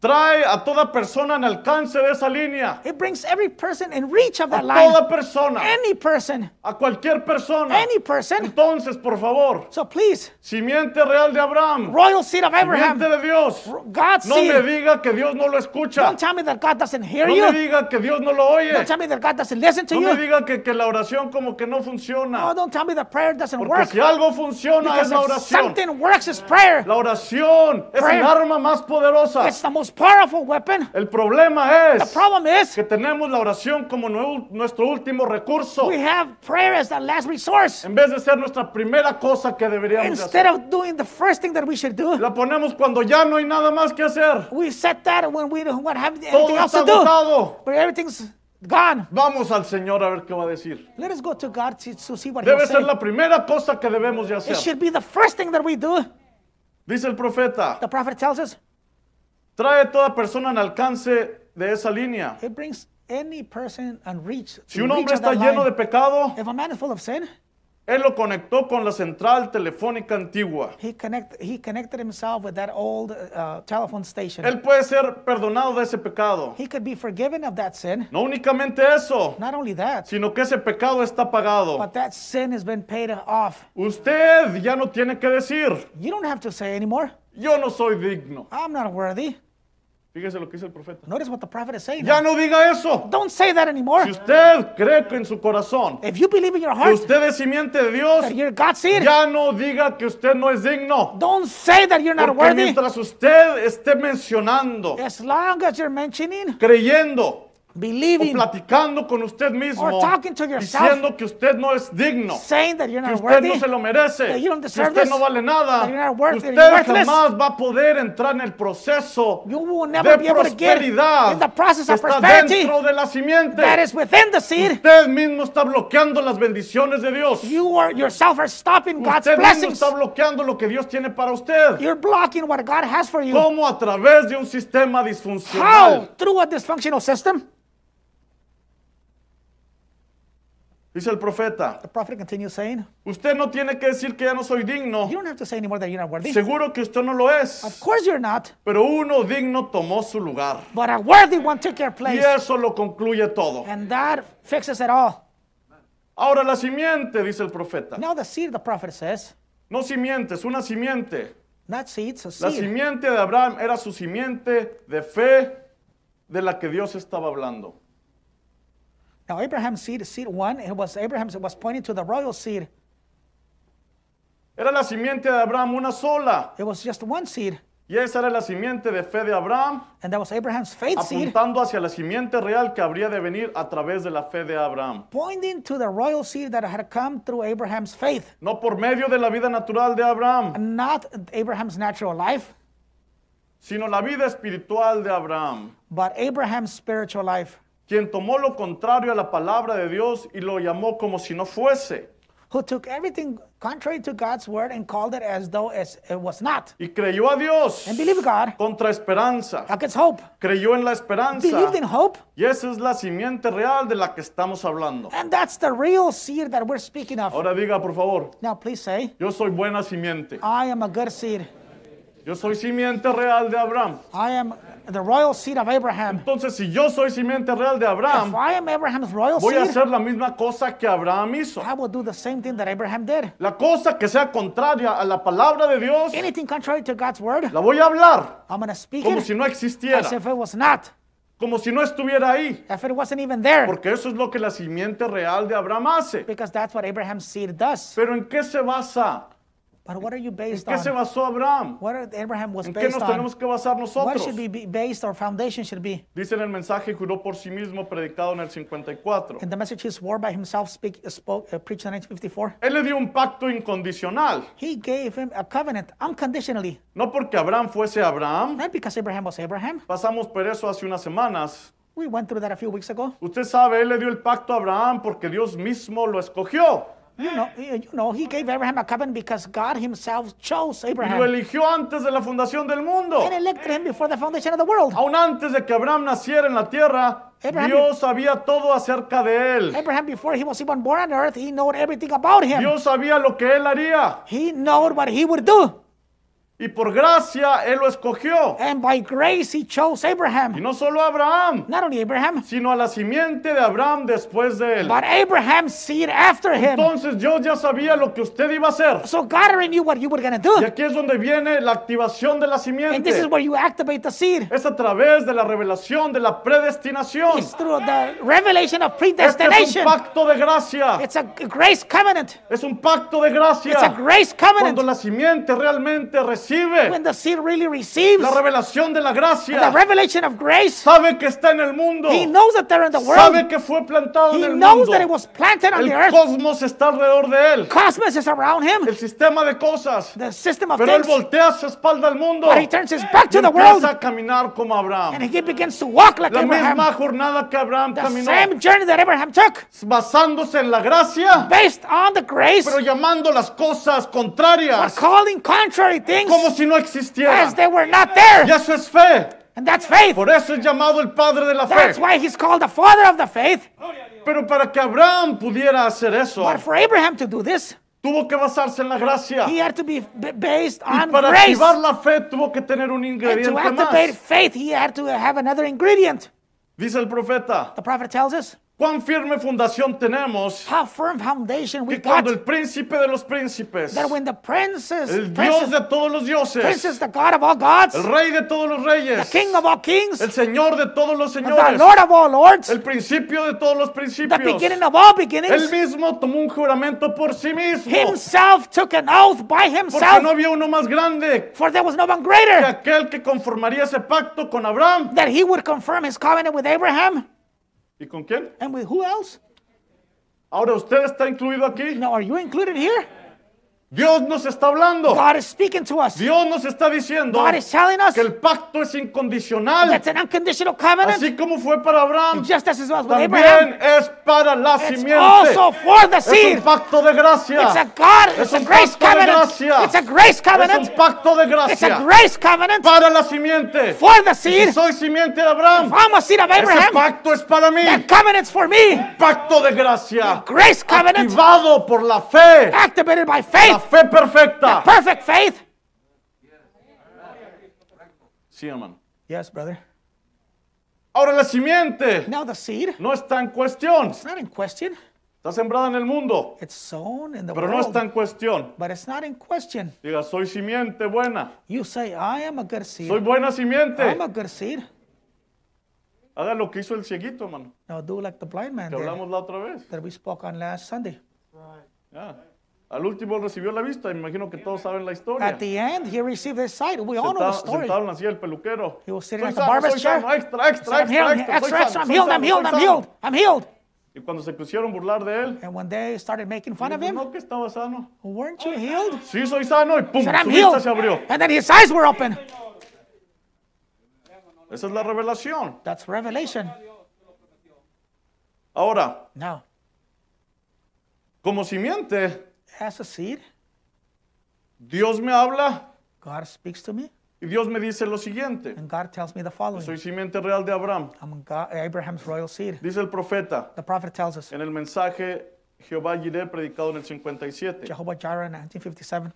Speaker 1: Trae a toda persona en alcance de esa línea.
Speaker 2: It brings every person in reach of
Speaker 1: A
Speaker 2: that line.
Speaker 1: toda persona.
Speaker 2: Any person,
Speaker 1: A cualquier persona.
Speaker 2: any person.
Speaker 1: Entonces, por favor,
Speaker 2: So please,
Speaker 1: simiente real de Abraham.
Speaker 2: royal seed of Abraham,
Speaker 1: Simiente de Dios.
Speaker 2: God's
Speaker 1: No me
Speaker 2: seed.
Speaker 1: diga que Dios no lo escucha.
Speaker 2: Don't tell me that God doesn't hear
Speaker 1: No me
Speaker 2: you.
Speaker 1: diga que Dios no lo oye.
Speaker 2: Don't tell me that God doesn't listen to
Speaker 1: No me
Speaker 2: you.
Speaker 1: diga que, que la oración como que no
Speaker 2: Oh,
Speaker 1: funciona.
Speaker 2: don't tell me that prayer doesn't
Speaker 1: Porque
Speaker 2: work.
Speaker 1: si algo funciona es
Speaker 2: Because
Speaker 1: la
Speaker 2: if
Speaker 1: oración.
Speaker 2: something works, it's prayer.
Speaker 1: La oración es
Speaker 2: Prayer.
Speaker 1: el arma más poderosa.
Speaker 2: It's the most powerful weapon.
Speaker 1: El problema
Speaker 2: The
Speaker 1: es
Speaker 2: problem is
Speaker 1: que tenemos la oración como nue- nuestro último recurso.
Speaker 2: we have prayer as the last resource.
Speaker 1: En vez de ser nuestra primera cosa que deberíamos de
Speaker 2: Instead
Speaker 1: hacer.
Speaker 2: of doing the first thing that we should do,
Speaker 1: La ponemos cuando ya no hay nada más que hacer.
Speaker 2: we set that when we don't have anything
Speaker 1: Todo
Speaker 2: else
Speaker 1: está
Speaker 2: to do.
Speaker 1: agotado.
Speaker 2: But everything's gone.
Speaker 1: Vamos al Señor a ver qué va a decir.
Speaker 2: Let us go to God to, to see what He'll
Speaker 1: Debe
Speaker 2: say.
Speaker 1: ser la primera cosa que debemos de
Speaker 2: It
Speaker 1: hacer.
Speaker 2: should be the first thing that we do.
Speaker 1: Dice el profeta,
Speaker 2: The prophet tells us
Speaker 1: trae toda persona en alcance de esa línea.
Speaker 2: it brings any person and reach.
Speaker 1: Si un hombre está lleno de pecado,
Speaker 2: if a man is full of sin,
Speaker 1: él lo conectó con la central telefónica antigua.
Speaker 2: he connect he connected himself with that old uh, telephone station.
Speaker 1: Él puede ser perdonado de ese pecado.
Speaker 2: he could be forgiven of that sin.
Speaker 1: No únicamente eso,
Speaker 2: Not only that,
Speaker 1: sino que ese pecado está pagado.
Speaker 2: but that sin has been paid off.
Speaker 1: Usted ya no tiene que decir,
Speaker 2: You don't have to say anymore.
Speaker 1: yo no soy digno.
Speaker 2: I'm not worthy.
Speaker 1: Fíjese lo que dice el profeta.
Speaker 2: Notice what the prophet is saying.
Speaker 1: Ya no diga eso.
Speaker 2: Don't say that anymore.
Speaker 1: Si usted cree que en su corazón
Speaker 2: If you believe in your
Speaker 1: que
Speaker 2: heart
Speaker 1: usted es simiente de Dios,
Speaker 2: that you're God's seed,
Speaker 1: ya no diga que usted no es digno.
Speaker 2: don't say that you're not
Speaker 1: Porque
Speaker 2: worthy.
Speaker 1: mientras usted esté mencionando,
Speaker 2: As long as you're mentioning,
Speaker 1: creyendo, o
Speaker 2: believing,
Speaker 1: platicando con usted mismo,
Speaker 2: Or talking to yourself.
Speaker 1: diciendo que usted no es digno,
Speaker 2: saying that you're
Speaker 1: que
Speaker 2: not
Speaker 1: usted
Speaker 2: worthy,
Speaker 1: no se lo merece,
Speaker 2: that you don't
Speaker 1: que
Speaker 2: deserve
Speaker 1: usted
Speaker 2: this,
Speaker 1: no vale nada,
Speaker 2: that you're not worth-
Speaker 1: usted
Speaker 2: you're worthless.
Speaker 1: jamás va a poder entrar en el proceso
Speaker 2: you will never
Speaker 1: de
Speaker 2: be able to get in
Speaker 1: prosperidad
Speaker 2: the process
Speaker 1: que
Speaker 2: of
Speaker 1: está
Speaker 2: prosperity
Speaker 1: dentro de la simiente.
Speaker 2: that is within the seed.
Speaker 1: Usted mismo está bloqueando las bendiciones de Dios.
Speaker 2: You are yourself are stopping God's
Speaker 1: Usted mismo
Speaker 2: blessings.
Speaker 1: está bloqueando lo que Dios tiene para usted.
Speaker 2: You're blocking what God has for you.
Speaker 1: Como a través de un sistema
Speaker 2: How?
Speaker 1: disfuncional.
Speaker 2: Through a dysfunctional system?
Speaker 1: Dice el profeta,
Speaker 2: The prophet continues saying,
Speaker 1: usted no tiene que decir que ya no soy digno.
Speaker 2: You don't have to say anymore that you're not worthy.
Speaker 1: Seguro que usted no lo
Speaker 2: Of
Speaker 1: es,
Speaker 2: course you're not,
Speaker 1: pero uno digno tomó su lugar.
Speaker 2: but a worthy one took your
Speaker 1: Y
Speaker 2: place.
Speaker 1: eso lo concluye todo.
Speaker 2: And that fixes it all.
Speaker 1: Ahora la simiente, dice el profeta.
Speaker 2: Now the seed, the prophet says,
Speaker 1: No simientes, una simiente.
Speaker 2: not seeds, a
Speaker 1: La
Speaker 2: seed.
Speaker 1: simiente de Abraham era su simiente de fe de la que Dios estaba hablando.
Speaker 2: Now Abraham's seed, seed one, it was Abraham's, it was pointing to the royal seed.
Speaker 1: Era la simiente de Abraham una sola.
Speaker 2: It was just one seed,
Speaker 1: Y esa era la simiente de fe de Abraham,
Speaker 2: and that was Abraham's faith seed,
Speaker 1: apuntando hacia la simiente real que habría de venir a través de la fe de Abraham.
Speaker 2: pointing to the royal seed that had come through Abraham's faith,
Speaker 1: No por medio de la vida natural de Abraham,
Speaker 2: not Abraham's natural life,
Speaker 1: sino la vida espiritual de Abraham.
Speaker 2: but Abraham's spiritual life,
Speaker 1: quien tomó lo contrario a la palabra de Dios y lo llamó como si no fuese,
Speaker 2: who took everything contrary to God's word and called it as though as it was not,
Speaker 1: y creyó a Dios
Speaker 2: and believed God
Speaker 1: contra esperanza,
Speaker 2: against hope,
Speaker 1: creyó en la esperanza,
Speaker 2: believed in hope,
Speaker 1: y esa es la simiente real de la que estamos hablando.
Speaker 2: and that's the real seed that we're speaking of.
Speaker 1: Ahora diga, por favor,
Speaker 2: Now please say,
Speaker 1: yo soy buena simiente,
Speaker 2: I am a good seed.
Speaker 1: yo soy simiente real de Abraham.
Speaker 2: I am the royal seed of Abraham.
Speaker 1: Entonces, si yo soy simiente real de
Speaker 2: If
Speaker 1: Abraham,
Speaker 2: I am Abraham's royal
Speaker 1: voy a
Speaker 2: seed,
Speaker 1: hacer la misma cosa que Abraham hizo.
Speaker 2: I will do the same thing that Abraham did.
Speaker 1: La cosa que sea contraria a la palabra de Dios,
Speaker 2: Anything contrary to God's word,
Speaker 1: la voy a hablar
Speaker 2: I'm going to speak
Speaker 1: como
Speaker 2: it
Speaker 1: si no existiera,
Speaker 2: as if it was not,
Speaker 1: como si no estuviera ahí.
Speaker 2: if it wasn't even there,
Speaker 1: Porque eso es lo que la simiente real de Abraham hace.
Speaker 2: because that's what Abraham's seed does.
Speaker 1: Pero ¿en qué se basa?
Speaker 2: But what are you based
Speaker 1: ¿Qué se
Speaker 2: on?
Speaker 1: basó Abraham?
Speaker 2: What are, Abraham was
Speaker 1: ¿En qué
Speaker 2: based
Speaker 1: nos
Speaker 2: on?
Speaker 1: tenemos que basar
Speaker 2: What
Speaker 1: nosotros?
Speaker 2: should be be based or foundation should be?
Speaker 1: Dice en el mensaje, juró por sí mismo, predicado en el 54.
Speaker 2: In the message he swore by himself, speak, spoke, uh, preached in 1954.
Speaker 1: Él le dio un pacto incondicional,
Speaker 2: He gave him a covenant unconditionally,
Speaker 1: no porque Abraham fuese Abraham.
Speaker 2: not because Abraham was Abraham.
Speaker 1: Pasamos por eso hace unas semanas.
Speaker 2: We went through that a few weeks ago.
Speaker 1: Usted sabe, él le dio el pacto a Abraham porque Dios mismo lo escogió
Speaker 2: You know, you know, he gave Abraham a covenant because God himself chose
Speaker 1: y lo
Speaker 2: Abraham
Speaker 1: eligió antes de la fundación del mundo.
Speaker 2: and elected him before the foundation of the world.
Speaker 1: Aún antes de que Abraham naciera en la tierra,
Speaker 2: Abraham-
Speaker 1: Dios sabía todo acerca de él.
Speaker 2: Abraham, before he was even born on earth, he knew everything about him.
Speaker 1: Dios sabía lo que él haría.
Speaker 2: He knew what he would do.
Speaker 1: Y por gracia Él lo escogió.
Speaker 2: And by grace, he chose
Speaker 1: Y
Speaker 2: Abraham.
Speaker 1: no solo a Abraham,
Speaker 2: Not only Abraham,
Speaker 1: sino a la simiente de Abraham después de él.
Speaker 2: but Abraham's seed after him.
Speaker 1: Entonces Dios ya sabía lo que usted iba a hacer.
Speaker 2: So God already knew what you were going to
Speaker 1: Y
Speaker 2: do.
Speaker 1: aquí es donde viene la activación de la
Speaker 2: And this is
Speaker 1: simiente.
Speaker 2: where you activate the seed.
Speaker 1: Es a través de la revelación de la predestinación.
Speaker 2: It's through the revelation of
Speaker 1: Este es un
Speaker 2: predestination.
Speaker 1: pacto de gracia.
Speaker 2: It's a grace covenant.
Speaker 1: Es un pacto de
Speaker 2: It's a
Speaker 1: gracia.
Speaker 2: grace
Speaker 1: Cuando
Speaker 2: covenant.
Speaker 1: la simiente realmente recibe
Speaker 2: When the seed really receives
Speaker 1: la revelación de la
Speaker 2: the
Speaker 1: gracia,
Speaker 2: revelation of grace,
Speaker 1: sabe que está en el mundo,
Speaker 2: he knows that they're in the
Speaker 1: sabe
Speaker 2: world.
Speaker 1: que fue plantado en
Speaker 2: He
Speaker 1: el
Speaker 2: knows
Speaker 1: mundo.
Speaker 2: that it was planted on
Speaker 1: El
Speaker 2: the earth.
Speaker 1: cosmos está alrededor de él.
Speaker 2: Cosmos is around him.
Speaker 1: El sistema de cosas.
Speaker 2: The system of
Speaker 1: Pero él
Speaker 2: things.
Speaker 1: voltea su espalda al mundo.
Speaker 2: But he turns his back
Speaker 1: y
Speaker 2: to the world
Speaker 1: empieza a caminar como Abraham.
Speaker 2: and he begins to walk like
Speaker 1: La
Speaker 2: Abraham.
Speaker 1: misma jornada que Abraham
Speaker 2: The
Speaker 1: caminó.
Speaker 2: same journey that Abraham took,
Speaker 1: Basándose en la gracia,
Speaker 2: based on the grace,
Speaker 1: pero llamando las cosas
Speaker 2: but
Speaker 1: contrarias
Speaker 2: calling contrary things
Speaker 1: como si no
Speaker 2: as
Speaker 1: existieran.
Speaker 2: they were not there.
Speaker 1: Y eso es fe.
Speaker 2: And that's faith.
Speaker 1: Por eso es llamado el padre de la
Speaker 2: That's
Speaker 1: fe.
Speaker 2: why he's called the father of the faith.
Speaker 1: Pero para que Abraham pudiera hacer eso,
Speaker 2: But for Abraham to do this,
Speaker 1: tuvo que basarse en la gracia.
Speaker 2: he had to be b- based on
Speaker 1: Para
Speaker 2: grace.
Speaker 1: activar la fe, tuvo que tener un
Speaker 2: And to
Speaker 1: ingrediente
Speaker 2: activate
Speaker 1: más.
Speaker 2: faith, he had to have another ingredient.
Speaker 1: Dice el profeta.
Speaker 2: The prophet tells us
Speaker 1: Cuán firme fundación tenemos
Speaker 2: how firm foundation we
Speaker 1: que cuando
Speaker 2: got
Speaker 1: el príncipe de los príncipes,
Speaker 2: that when the princess,
Speaker 1: el Dios
Speaker 2: princess,
Speaker 1: de todos los dioses,
Speaker 2: princess, the God of all gods,
Speaker 1: el rey de todos los
Speaker 2: the
Speaker 1: reyes,
Speaker 2: King of all kings,
Speaker 1: el señor de todos los
Speaker 2: the
Speaker 1: señores,
Speaker 2: Lord of all lords,
Speaker 1: el principio de todos los
Speaker 2: the
Speaker 1: principios,
Speaker 2: beginning of all
Speaker 1: él
Speaker 2: beginnings,
Speaker 1: mismo tomó un juramento por sí mismo,
Speaker 2: himself took an oath by
Speaker 1: porque no
Speaker 2: himself,
Speaker 1: había uno más grande
Speaker 2: for there was no one
Speaker 1: que
Speaker 2: greater,
Speaker 1: aquel que conformaría ese pacto con Abraham.
Speaker 2: that he would confirm his covenant with Abraham
Speaker 1: ¿Y con quién?
Speaker 2: and with who else?
Speaker 1: Ahora usted está incluido aquí.
Speaker 2: Now, are you included here?
Speaker 1: Dios nos está hablando.
Speaker 2: God is speaking to us.
Speaker 1: Dios nos está diciendo
Speaker 2: God is telling us
Speaker 1: que el pacto es incondicional.
Speaker 2: that's an unconditional covenant,
Speaker 1: Así como fue para Abraham,
Speaker 2: just as it was with
Speaker 1: también
Speaker 2: Abraham.
Speaker 1: es para la
Speaker 2: It's
Speaker 1: simiente.
Speaker 2: also for the
Speaker 1: Es un
Speaker 2: seed.
Speaker 1: pacto de
Speaker 2: It's a
Speaker 1: gracia.
Speaker 2: God.
Speaker 1: Es
Speaker 2: It's a
Speaker 1: un
Speaker 2: grace
Speaker 1: pacto de
Speaker 2: covenant.
Speaker 1: gracia.
Speaker 2: It's a grace
Speaker 1: Es
Speaker 2: covenant.
Speaker 1: un pacto de
Speaker 2: It's a
Speaker 1: gracia
Speaker 2: grace covenant
Speaker 1: para la simiente.
Speaker 2: for the
Speaker 1: Si
Speaker 2: seed.
Speaker 1: soy simiente de Abraham,
Speaker 2: I'm a seed of
Speaker 1: ese
Speaker 2: Abraham.
Speaker 1: pacto es para mí.
Speaker 2: That covenant's for me.
Speaker 1: Pacto de gracia
Speaker 2: Grace covenant
Speaker 1: activado por la fe,
Speaker 2: activated by
Speaker 1: la
Speaker 2: faith.
Speaker 1: fe perfecta.
Speaker 2: Perfect faith.
Speaker 1: Sí, hermano.
Speaker 2: Yes, brother.
Speaker 1: Ahora la simiente
Speaker 2: Now the seed, it's
Speaker 1: no está en cuestión.
Speaker 2: not in question.
Speaker 1: Está sembrada en el mundo,
Speaker 2: It's sown in the
Speaker 1: pero no
Speaker 2: world,
Speaker 1: está en cuestión.
Speaker 2: but it's not in question.
Speaker 1: Diga, soy simiente buena.
Speaker 2: You say, I am a good seed.
Speaker 1: Soy buena simiente.
Speaker 2: I'm a good seed.
Speaker 1: Haga lo que hizo el cieguito, hermano.
Speaker 2: Now do like the blind man
Speaker 1: Que
Speaker 2: did,
Speaker 1: hablamos la otra vez.
Speaker 2: that we spoke on last Sunday.
Speaker 1: Ya. Al último recibió la vista, me imagino que todos saben la historia.
Speaker 2: At the end, he received his sight. We all know
Speaker 1: Senta-
Speaker 2: Oh, the story.
Speaker 1: sentaron así el peluquero.
Speaker 2: He was sitting
Speaker 1: Soy
Speaker 2: at the
Speaker 1: sano,
Speaker 2: barber's
Speaker 1: soy sano,
Speaker 2: chair.
Speaker 1: extra,
Speaker 2: Said,
Speaker 1: extra,
Speaker 2: I'm
Speaker 1: extra,
Speaker 2: healed, I'm
Speaker 1: extra, soy
Speaker 2: extra, extra,
Speaker 1: sano,
Speaker 2: I'm
Speaker 1: soy
Speaker 2: healed,
Speaker 1: sano,
Speaker 2: I'm healed,
Speaker 1: soy
Speaker 2: I'm
Speaker 1: sano".
Speaker 2: healed, I'm healed.
Speaker 1: Y cuando se pusieron a burlar de él,
Speaker 2: And when they started making fun of
Speaker 1: dijo,
Speaker 2: him,
Speaker 1: no, que estaba sano.
Speaker 2: weren't you healed?
Speaker 1: Sí, soy sano y pum,
Speaker 2: Said, I'm
Speaker 1: su vista
Speaker 2: healed.
Speaker 1: se abrió.
Speaker 2: And then his eyes were open.
Speaker 1: Esa es la revelación.
Speaker 2: That's revelation.
Speaker 1: Ahora,
Speaker 2: Now,
Speaker 1: como simiente,
Speaker 2: as a seed,
Speaker 1: Dios me habla
Speaker 2: God speaks to me,
Speaker 1: y Dios me dice lo siguiente.
Speaker 2: and God tells me the following
Speaker 1: Soy simiente real de Abraham.
Speaker 2: I'm God, Abraham's royal seed.
Speaker 1: Dice el profeta
Speaker 2: The prophet tells us,
Speaker 1: en el mensaje Jehová Jireh predicado en el 57.
Speaker 2: Jehovah Jireh in 1957,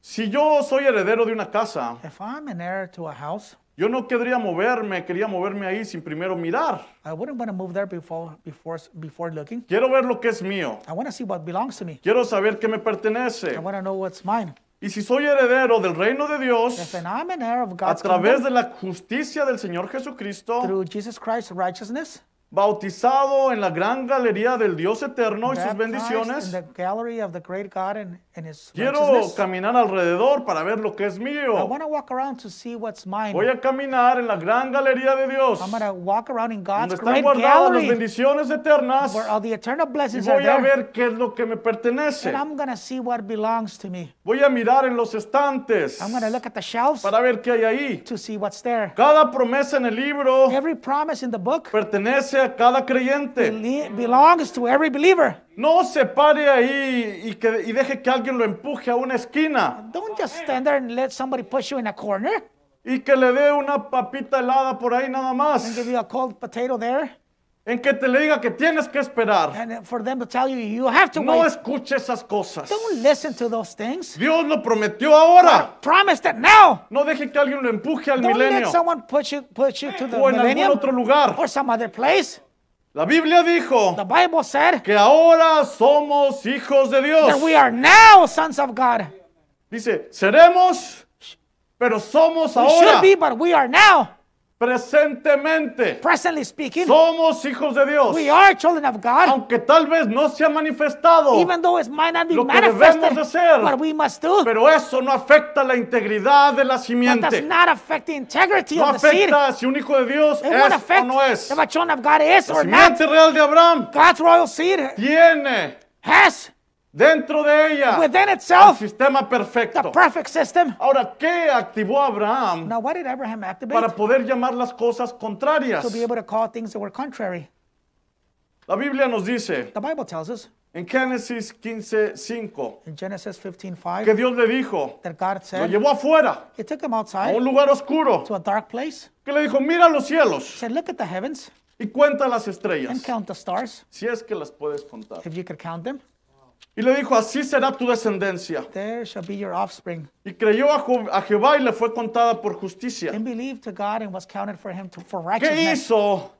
Speaker 1: Si yo soy heredero de una casa,
Speaker 2: if I'm an heir to a house,
Speaker 1: yo no querría moverme, quería moverme ahí sin primero mirar.
Speaker 2: I wouldn't want to move there before, before, before looking.
Speaker 1: Quiero ver lo que es mío.
Speaker 2: I want to see what belongs to me.
Speaker 1: Quiero saber qué me pertenece.
Speaker 2: I want to know what's mine.
Speaker 1: Y si soy heredero del reino de Dios,
Speaker 2: If and I'm an heir of
Speaker 1: a
Speaker 2: God's kingdom,
Speaker 1: través de la justicia del Señor Jesucristo,
Speaker 2: through Jesus Christ's righteousness,
Speaker 1: bautizado en la gran galería del Dios eterno y sus
Speaker 2: baptized in
Speaker 1: bendiciones,
Speaker 2: the gallery of the great God and, and His
Speaker 1: quiero
Speaker 2: righteousness.
Speaker 1: caminar alrededor para ver lo que es
Speaker 2: I
Speaker 1: mío.
Speaker 2: want to walk around to see what's mine.
Speaker 1: Voy a caminar en la gran galería de Dios,
Speaker 2: I'm going to walk around in
Speaker 1: donde
Speaker 2: God's
Speaker 1: están
Speaker 2: great
Speaker 1: guardadas las
Speaker 2: gallery
Speaker 1: bendiciones eternas,
Speaker 2: where all the eternal
Speaker 1: y
Speaker 2: blessings are
Speaker 1: voy a
Speaker 2: there.
Speaker 1: ver qué es lo que me pertenece.
Speaker 2: And I'm going to see what belongs to me.
Speaker 1: Voy a mirar en los estantes
Speaker 2: I'm going to look at the shelves
Speaker 1: para ver qué hay ahí.
Speaker 2: to see what's there.
Speaker 1: Cada promesa en el libro
Speaker 2: Every promise in the book
Speaker 1: pertenece a cada creyente.
Speaker 2: bele- belongs to every believer.
Speaker 1: No se pare ahí y, que, y deje que alguien lo empuje a una esquina
Speaker 2: Don't just stand there and let somebody push you in a corner
Speaker 1: y que le dé una papita helada por ahí nada
Speaker 2: and
Speaker 1: más.
Speaker 2: give you a cold potato there.
Speaker 1: en que te le diga que tienes que esperar.
Speaker 2: and uh, for them to tell you you have to
Speaker 1: No
Speaker 2: wait.
Speaker 1: escuche esas cosas.
Speaker 2: Don't listen to those things.
Speaker 1: Dios lo prometió ahora.
Speaker 2: Promise that now.
Speaker 1: No deje que alguien lo empuje al
Speaker 2: Don't let
Speaker 1: milenio
Speaker 2: someone put you put you to the
Speaker 1: o en algún
Speaker 2: millennium
Speaker 1: otro lugar.
Speaker 2: or some other place.
Speaker 1: La Biblia dijo
Speaker 2: The Bible said
Speaker 1: que ahora somos hijos de Dios.
Speaker 2: that we are now sons of God.
Speaker 1: Dice, seremos, pero somos
Speaker 2: We should
Speaker 1: ahora,
Speaker 2: be, but we are now.
Speaker 1: presentemente,
Speaker 2: Presently speaking,
Speaker 1: somos hijos de Dios.
Speaker 2: we are children of God,
Speaker 1: Aunque tal vez no se ha manifestado,
Speaker 2: even though it might not be
Speaker 1: Lo que
Speaker 2: manifested.
Speaker 1: debemos hacer.
Speaker 2: What we must do
Speaker 1: pero eso no afecta la integridad de la
Speaker 2: that does
Speaker 1: simiente.
Speaker 2: not affect the integrity
Speaker 1: No
Speaker 2: of the seed.
Speaker 1: afecta si un hijo de Dios
Speaker 2: It won't
Speaker 1: es o
Speaker 2: affect
Speaker 1: no es.
Speaker 2: if a children of God is
Speaker 1: La
Speaker 2: or not.
Speaker 1: simiente real de Abraham
Speaker 2: God's royal seed
Speaker 1: tiene
Speaker 2: has
Speaker 1: dentro de ella
Speaker 2: within
Speaker 1: el
Speaker 2: itself
Speaker 1: sistema
Speaker 2: the
Speaker 1: perfecto.
Speaker 2: perfect system.
Speaker 1: Ahora, ¿qué activó Abraham
Speaker 2: Now, what did Abraham activate
Speaker 1: para poder llamar las cosas contrarias?
Speaker 2: to be able to call things that were contrary?
Speaker 1: La Biblia nos dice
Speaker 2: The Bible tells us
Speaker 1: En Génesis 15, 5,
Speaker 2: in Genesis
Speaker 1: que
Speaker 2: 15:5
Speaker 1: Dios le dijo,
Speaker 2: that God
Speaker 1: lo
Speaker 2: said,
Speaker 1: llevó afuera,
Speaker 2: He took him
Speaker 1: a
Speaker 2: outside
Speaker 1: un lugar oscuro,
Speaker 2: to a dark place.
Speaker 1: que le dijo, mira los cielos
Speaker 2: said, Look at the heavens
Speaker 1: y cuenta las
Speaker 2: and
Speaker 1: estrellas,
Speaker 2: count the stars,
Speaker 1: si es que las puedes contar.
Speaker 2: if you could count them.
Speaker 1: Y le dijo, así será tu descendencia.
Speaker 2: There shall be your offspring.
Speaker 1: Y creyó a, Jo- a Jehová y le fue contada por justicia.
Speaker 2: And believe to God and was counted for him to, for
Speaker 1: ¿Qué
Speaker 2: righteousness.
Speaker 1: hizo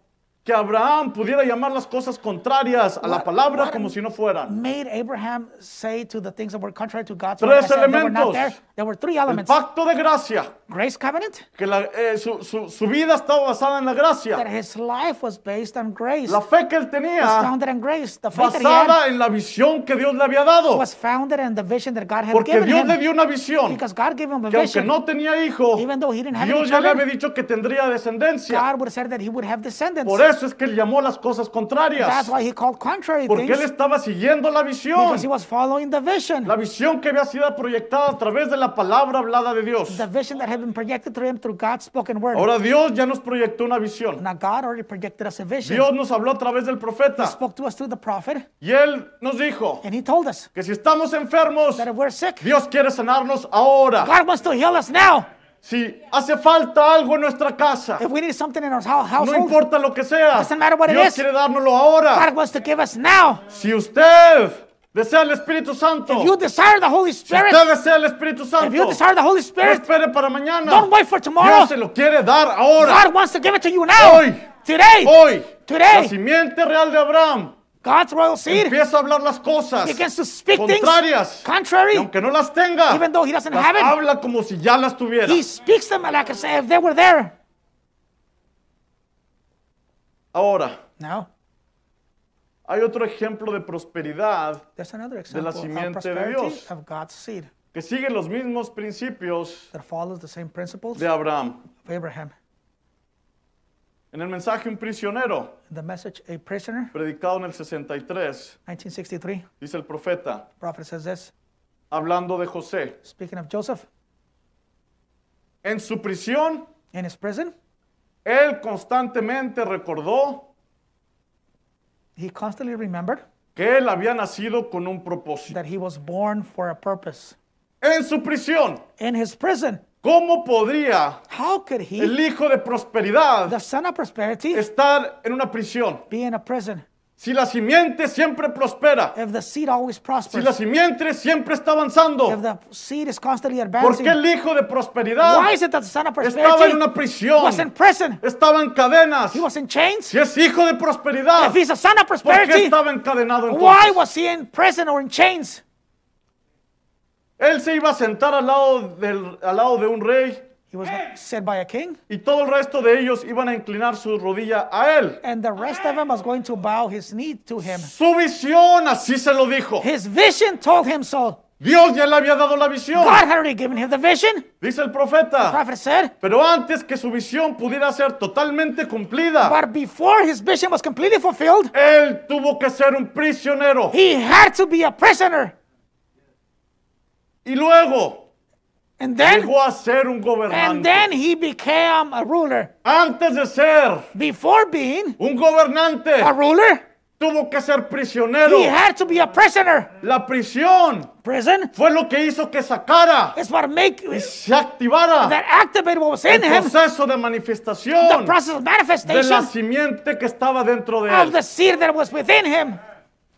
Speaker 1: que Abraham pudiera llamar las cosas contrarias a la palabra como si no fueran?
Speaker 2: Made Abraham say to the things that were contrary to God's
Speaker 1: Tres
Speaker 2: word. I said They were
Speaker 1: elementos.
Speaker 2: not there. There were three
Speaker 1: El
Speaker 2: elements:
Speaker 1: pacto de gracia,
Speaker 2: grace covenant,
Speaker 1: que la- eh, su, su- su vida estaba basada en la
Speaker 2: that
Speaker 1: gracia.
Speaker 2: his life was based on grace,
Speaker 1: La fe que él tenía
Speaker 2: founded on grace. The faith that he had
Speaker 1: basada en la visión que Dios le había dado.
Speaker 2: was founded in the vision that God had
Speaker 1: Porque
Speaker 2: given
Speaker 1: Dios
Speaker 2: him.
Speaker 1: le dio una visión
Speaker 2: Pues, because God gave him a
Speaker 1: que aunque
Speaker 2: vision.
Speaker 1: no tenía hijo,
Speaker 2: Even though he didn't have
Speaker 1: Dios
Speaker 2: any
Speaker 1: ya le
Speaker 2: children,
Speaker 1: había dicho que tendría descendencia.
Speaker 2: God would have said that he would have descendants.
Speaker 1: Por eso es que él llamó las cosas contrarias.
Speaker 2: That's why he called contrary
Speaker 1: Porque él
Speaker 2: things.
Speaker 1: estaba siguiendo la
Speaker 2: Because he
Speaker 1: visión.
Speaker 2: was following the vision.
Speaker 1: La visión que había sido proyectada a través de la palabra hablada de Dios.
Speaker 2: The vision that had been projected to him through God's spoken word.
Speaker 1: Ahora Dios ya nos proyectó una visión.
Speaker 2: now God already projected us a vision.
Speaker 1: Dios nos habló a través del profeta.
Speaker 2: spoke to us through the prophet,
Speaker 1: Y él nos dijo
Speaker 2: and he told us
Speaker 1: que si estamos enfermos,
Speaker 2: that if we're sick,
Speaker 1: Dios quiere sanarnos ahora.
Speaker 2: God wants to heal us now.
Speaker 1: Si hace falta algo en nuestra casa,
Speaker 2: If we need something in our hou-
Speaker 1: No
Speaker 2: household,
Speaker 1: importa lo que sea.
Speaker 2: Doesn't matter what it
Speaker 1: Dios
Speaker 2: is.
Speaker 1: quiere dárnoslo ahora.
Speaker 2: God wants to give us now.
Speaker 1: Si usted desea el Espíritu Santo,
Speaker 2: If you desire the Holy
Speaker 1: si
Speaker 2: Spirit,
Speaker 1: usted desea el Espíritu Santo,
Speaker 2: if you desire the Holy
Speaker 1: no
Speaker 2: Spirit,
Speaker 1: espere para mañana.
Speaker 2: don't wait for tomorrow.
Speaker 1: Dios se lo quiere dar ahora.
Speaker 2: God wants to give it to you now.
Speaker 1: Hoy.
Speaker 2: Today.
Speaker 1: Hoy,
Speaker 2: Today.
Speaker 1: la simiente real de Abraham
Speaker 2: God's royal seed
Speaker 1: empieza a hablar las cosas
Speaker 2: begins to speak things
Speaker 1: contrarias. Y
Speaker 2: contrary,
Speaker 1: aunque no las tenga,
Speaker 2: even though he doesn't
Speaker 1: las
Speaker 2: have it.
Speaker 1: habla como si ya las tuviera.
Speaker 2: He speaks them like I say if they were there.
Speaker 1: Ahora,
Speaker 2: Now,
Speaker 1: hay otro ejemplo de prosperidad
Speaker 2: there's another example
Speaker 1: simiente de
Speaker 2: of prosperity
Speaker 1: Dios.
Speaker 2: of God's seed
Speaker 1: que sigue los mismos principios
Speaker 2: that follows the same principles
Speaker 1: de Abraham.
Speaker 2: of Abraham.
Speaker 1: En el mensaje Un prisionero,
Speaker 2: The message, A Prisoner,
Speaker 1: predicado en el 63,
Speaker 2: 1963,
Speaker 1: dice el profeta,
Speaker 2: prophet says this,
Speaker 1: hablando de José,
Speaker 2: speaking of Joseph,
Speaker 1: en su prisión,
Speaker 2: in his prison,
Speaker 1: él constantemente recordó
Speaker 2: he constantly remembered
Speaker 1: que él había nacido con un propósito.
Speaker 2: that he was born for a purpose.
Speaker 1: En su prisión,
Speaker 2: In his prison,
Speaker 1: ¿cómo podría
Speaker 2: how could he,
Speaker 1: el hijo de prosperidad
Speaker 2: the son of prosperity,
Speaker 1: estar en una prisión?
Speaker 2: be in a prison
Speaker 1: Si la simiente siempre prospera,
Speaker 2: if the seed always
Speaker 1: si la
Speaker 2: prospers?
Speaker 1: simiente siempre está
Speaker 2: If
Speaker 1: avanzando,
Speaker 2: the seed is constantly
Speaker 1: ¿por qué
Speaker 2: advancing,
Speaker 1: el hijo de prosperidad
Speaker 2: why is it that the son of
Speaker 1: estaba en
Speaker 2: prosperity
Speaker 1: una prisión?
Speaker 2: was in prison?
Speaker 1: Estaba en cadenas.
Speaker 2: He was in chains?
Speaker 1: Si es hijo de prosperidad,
Speaker 2: If he's a son of
Speaker 1: ¿Por qué
Speaker 2: prosperity,
Speaker 1: estaba encadenado entonces?
Speaker 2: why was he in prison or in chains?
Speaker 1: Él se iba a sentar al lado, del, al lado de un rey
Speaker 2: He was said by a king,
Speaker 1: y todo el resto de ellos iban a inclinar su rodilla a él.
Speaker 2: and the rest of him was going to bow his knee to him.
Speaker 1: Su visión así se lo dijo.
Speaker 2: His vision told him so.
Speaker 1: Dios ya le había dado la visión,
Speaker 2: God had already given him the vision.
Speaker 1: dice el profeta.
Speaker 2: Prophet said,
Speaker 1: Pero antes que su visión pudiera ser totalmente cumplida,
Speaker 2: but before his vision was completely fulfilled,
Speaker 1: él tuvo que ser un prisionero.
Speaker 2: he had to be a prisoner,
Speaker 1: Y luego
Speaker 2: and then
Speaker 1: llegó a ser un
Speaker 2: and
Speaker 1: gobernante.
Speaker 2: then he became a ruler.
Speaker 1: Antes de ser
Speaker 2: Before being
Speaker 1: un gobernante,
Speaker 2: a ruler,
Speaker 1: tuvo que ser prisionero.
Speaker 2: He had to be a prisoner.
Speaker 1: La prisión
Speaker 2: Prison
Speaker 1: fue lo que hizo que sacara,
Speaker 2: is what make
Speaker 1: se activara
Speaker 2: that activate what was
Speaker 1: el
Speaker 2: in him.
Speaker 1: proceso de
Speaker 2: The
Speaker 1: manifestación
Speaker 2: process of
Speaker 1: de la
Speaker 2: manifestation
Speaker 1: simiente que estaba dentro de
Speaker 2: of
Speaker 1: él.
Speaker 2: the seed that was within him.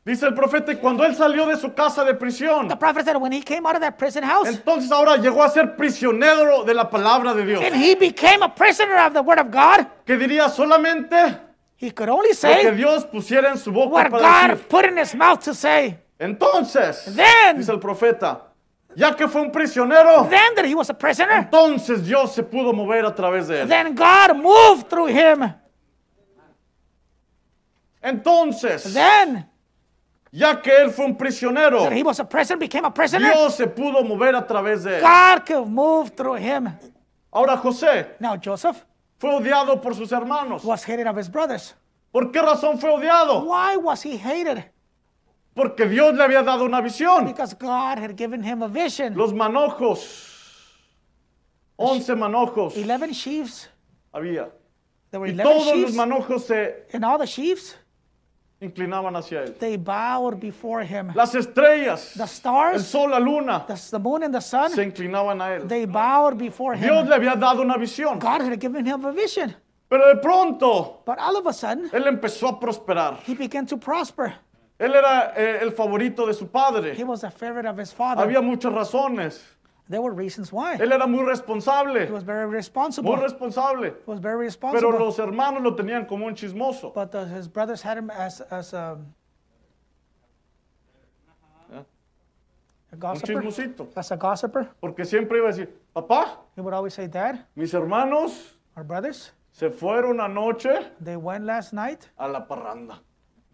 Speaker 1: Dice el profeta, y cuando él salió de su casa de prisión,
Speaker 2: The prophet said when he came out of that prison house,
Speaker 1: entonces ahora llegó a ser prisionero de la palabra de Dios.
Speaker 2: and he became a prisoner of the word of God.
Speaker 1: Que diría solamente
Speaker 2: He could only
Speaker 1: lo que
Speaker 2: say
Speaker 1: Dios pusiera en su boca
Speaker 2: what
Speaker 1: para
Speaker 2: God
Speaker 1: decir.
Speaker 2: put in his mouth to say.
Speaker 1: Entonces,
Speaker 2: Then-
Speaker 1: dice el profeta, ya que fue un prisionero,
Speaker 2: Then that he was a prisoner,
Speaker 1: entonces Dios se pudo mover a través de él.
Speaker 2: then God moved through him.
Speaker 1: Entonces,
Speaker 2: Then
Speaker 1: ya que él fue un prisionero,
Speaker 2: that he was a prisoner, became a prisoner,
Speaker 1: Dios se pudo mover a través de él.
Speaker 2: God could move through him.
Speaker 1: Ahora José
Speaker 2: Now Joseph
Speaker 1: fue odiado por sus hermanos.
Speaker 2: was hated of his brothers.
Speaker 1: ¿Por qué razón fue odiado?
Speaker 2: Why was he hated?
Speaker 1: Porque Dios le había dado una visión.
Speaker 2: Because God had given him a vision.
Speaker 1: Los manojos, once manojos
Speaker 2: 11 sheaves.
Speaker 1: había.
Speaker 2: There were
Speaker 1: Y
Speaker 2: 11
Speaker 1: todos los
Speaker 2: sheaves.
Speaker 1: manojos se
Speaker 2: And all the sheaves,
Speaker 1: inclinaban hacia él.
Speaker 2: they bowed before him.
Speaker 1: Las estrellas,
Speaker 2: The
Speaker 1: el
Speaker 2: stars,
Speaker 1: sol, la luna,
Speaker 2: the, the moon, and the sun,
Speaker 1: se inclinaban a él.
Speaker 2: they bowed before
Speaker 1: Dios
Speaker 2: him.
Speaker 1: le había dado una visión.
Speaker 2: God had given him a vision.
Speaker 1: Pero de pronto,
Speaker 2: But all of a sudden,
Speaker 1: él empezó a prosperar.
Speaker 2: he began to prosper.
Speaker 1: Él era eh, el favorito de su
Speaker 2: He
Speaker 1: padre.
Speaker 2: was a favorite of his father.
Speaker 1: Había muchas razones.
Speaker 2: There were reasons why.
Speaker 1: Él era muy
Speaker 2: He
Speaker 1: responsable,
Speaker 2: was very
Speaker 1: muy
Speaker 2: responsible. He
Speaker 1: responsable.
Speaker 2: was very
Speaker 1: Pero
Speaker 2: responsible.
Speaker 1: los hermanos lo tenían como un chismoso.
Speaker 2: But the, his brothers had him as, as um, a,
Speaker 1: Yeah.
Speaker 2: a
Speaker 1: Un
Speaker 2: gossiper.
Speaker 1: chismosito.
Speaker 2: As a gossiper,
Speaker 1: Porque siempre iba a decir, papá,
Speaker 2: he would always say, Dad,
Speaker 1: mis hermanos
Speaker 2: our brothers,
Speaker 1: se fueron anoche
Speaker 2: they went last night
Speaker 1: a la parranda.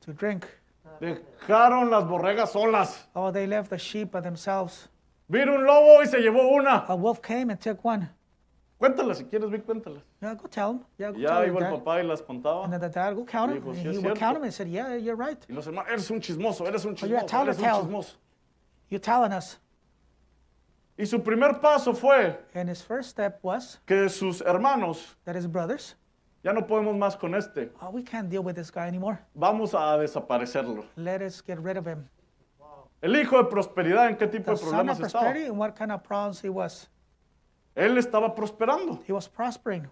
Speaker 2: to drink.
Speaker 1: Dejaron las borregas solas.
Speaker 2: Oh, they left the sheep by themselves.
Speaker 1: Vino un lobo y se llevó una.
Speaker 2: A wolf came and took one.
Speaker 1: Cuéntala si quieres, Vic, cuéntala.
Speaker 2: Yeah, go tell him. Yeah, go
Speaker 1: Y ya
Speaker 2: tell him.
Speaker 1: iba el
Speaker 2: Dad.
Speaker 1: papá y las contaba.
Speaker 2: And then the dad go count him.
Speaker 1: Dijo,
Speaker 2: And
Speaker 1: "Sí es
Speaker 2: he would count
Speaker 1: cierto."
Speaker 2: him and said, Yeah, you're right.
Speaker 1: Y los hermanos, eres un chismoso, eres un
Speaker 2: you're a
Speaker 1: chismoso, eres un
Speaker 2: tattletale.
Speaker 1: chismoso.
Speaker 2: You're telling us.
Speaker 1: Y su primer paso fue
Speaker 2: And his first step was
Speaker 1: que sus hermanos,
Speaker 2: that his brothers,
Speaker 1: ya no podemos más con este,
Speaker 2: oh, we can't deal with this guy anymore.
Speaker 1: vamos a desaparecerlo.
Speaker 2: Let us get rid of him.
Speaker 1: El hijo de prosperidad, ¿en qué tipo
Speaker 2: The
Speaker 1: de
Speaker 2: son
Speaker 1: problemas
Speaker 2: of
Speaker 1: estaba?
Speaker 2: prosperity and what kind of problems he was.
Speaker 1: Él estaba prosperando.
Speaker 2: He was prospering.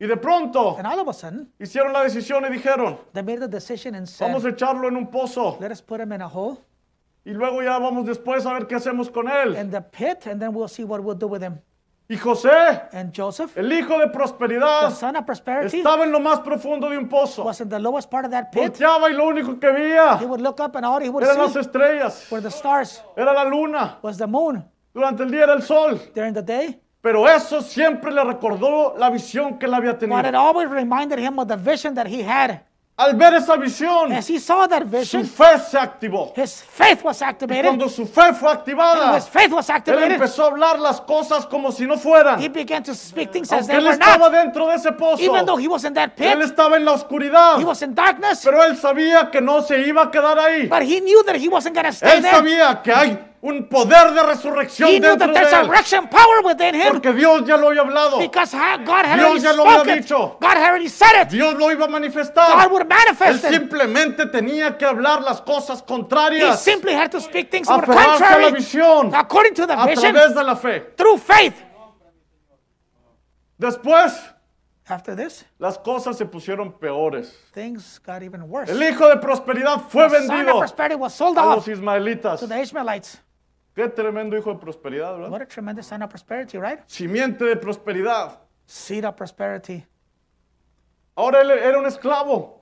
Speaker 1: Y de pronto
Speaker 2: And all of a sudden,
Speaker 1: hicieron la decisión y dijeron,
Speaker 2: they made the decision and said,
Speaker 1: vamos a echarlo en un pozo
Speaker 2: Let us put him in a hole
Speaker 1: y luego ya vamos después a ver qué hacemos con él.
Speaker 2: in the pit, and then we'll see what we'll do with him.
Speaker 1: Y José,
Speaker 2: And Joseph,
Speaker 1: el hijo de
Speaker 2: the
Speaker 1: prosperidad,
Speaker 2: son of prosperity,
Speaker 1: estaba en lo más profundo de un pozo.
Speaker 2: was in the lowest part of that pit.
Speaker 1: Volteaba y lo único que
Speaker 2: He
Speaker 1: veía
Speaker 2: would look up, and all he would
Speaker 1: eran las
Speaker 2: see
Speaker 1: estrellas,
Speaker 2: were the stars,
Speaker 1: era la luna,
Speaker 2: was the moon
Speaker 1: durante el día era el sol.
Speaker 2: during the day.
Speaker 1: Pero eso siempre le recordó la visión que él había
Speaker 2: But it
Speaker 1: tenido.
Speaker 2: always reminded him of the vision that he had.
Speaker 1: Al ver esa visión,
Speaker 2: As he saw that
Speaker 1: su
Speaker 2: vision,
Speaker 1: fe se activó.
Speaker 2: his faith was
Speaker 1: Y
Speaker 2: activated.
Speaker 1: cuando su fe fue
Speaker 2: And
Speaker 1: activada,
Speaker 2: his faith was
Speaker 1: él
Speaker 2: activated.
Speaker 1: empezó a hablar las cosas como si no fueran.
Speaker 2: He began to speak things as
Speaker 1: Aunque
Speaker 2: they
Speaker 1: él
Speaker 2: were
Speaker 1: estaba
Speaker 2: not.
Speaker 1: dentro de ese
Speaker 2: Even though
Speaker 1: pozo,
Speaker 2: he was in that
Speaker 1: él
Speaker 2: pit,
Speaker 1: estaba en la oscuridad.
Speaker 2: he was in darkness,
Speaker 1: Pero él sabía que no se iba a quedar ahí.
Speaker 2: but he knew that he wasn't going to stay
Speaker 1: Él
Speaker 2: there.
Speaker 1: sabía que hay un poder de
Speaker 2: He
Speaker 1: resurrección
Speaker 2: knew
Speaker 1: dentro
Speaker 2: that
Speaker 1: de
Speaker 2: there's
Speaker 1: él.
Speaker 2: resurrection power within him
Speaker 1: Porque Dios ya lo había hablado.
Speaker 2: because ha- God had
Speaker 1: Dios
Speaker 2: already
Speaker 1: ya lo había
Speaker 2: spoken.
Speaker 1: dicho.
Speaker 2: God had already said it.
Speaker 1: Dios lo iba a manifestar.
Speaker 2: God would
Speaker 1: Él
Speaker 2: manifest it.
Speaker 1: simplemente tenía que hablar las cosas
Speaker 2: He
Speaker 1: contrarias.
Speaker 2: simply had to speak things that were
Speaker 1: Aferrarse a la
Speaker 2: contrary
Speaker 1: visión
Speaker 2: according to the
Speaker 1: a
Speaker 2: vision
Speaker 1: través de la fe.
Speaker 2: through faith.
Speaker 1: Después,
Speaker 2: After this,
Speaker 1: las cosas se pusieron peores.
Speaker 2: things got even worse.
Speaker 1: El hijo de prosperidad fue
Speaker 2: The son of
Speaker 1: vendido
Speaker 2: prosperity was sold
Speaker 1: a
Speaker 2: off
Speaker 1: los ismaelitas.
Speaker 2: to the Ishmaelites.
Speaker 1: Qué tremendo hijo de prosperidad, ¿verdad?
Speaker 2: What a tremendous sign of prosperity, right?
Speaker 1: Simiente de prosperidad.
Speaker 2: Seed of prosperity.
Speaker 1: Ahora él era un esclavo,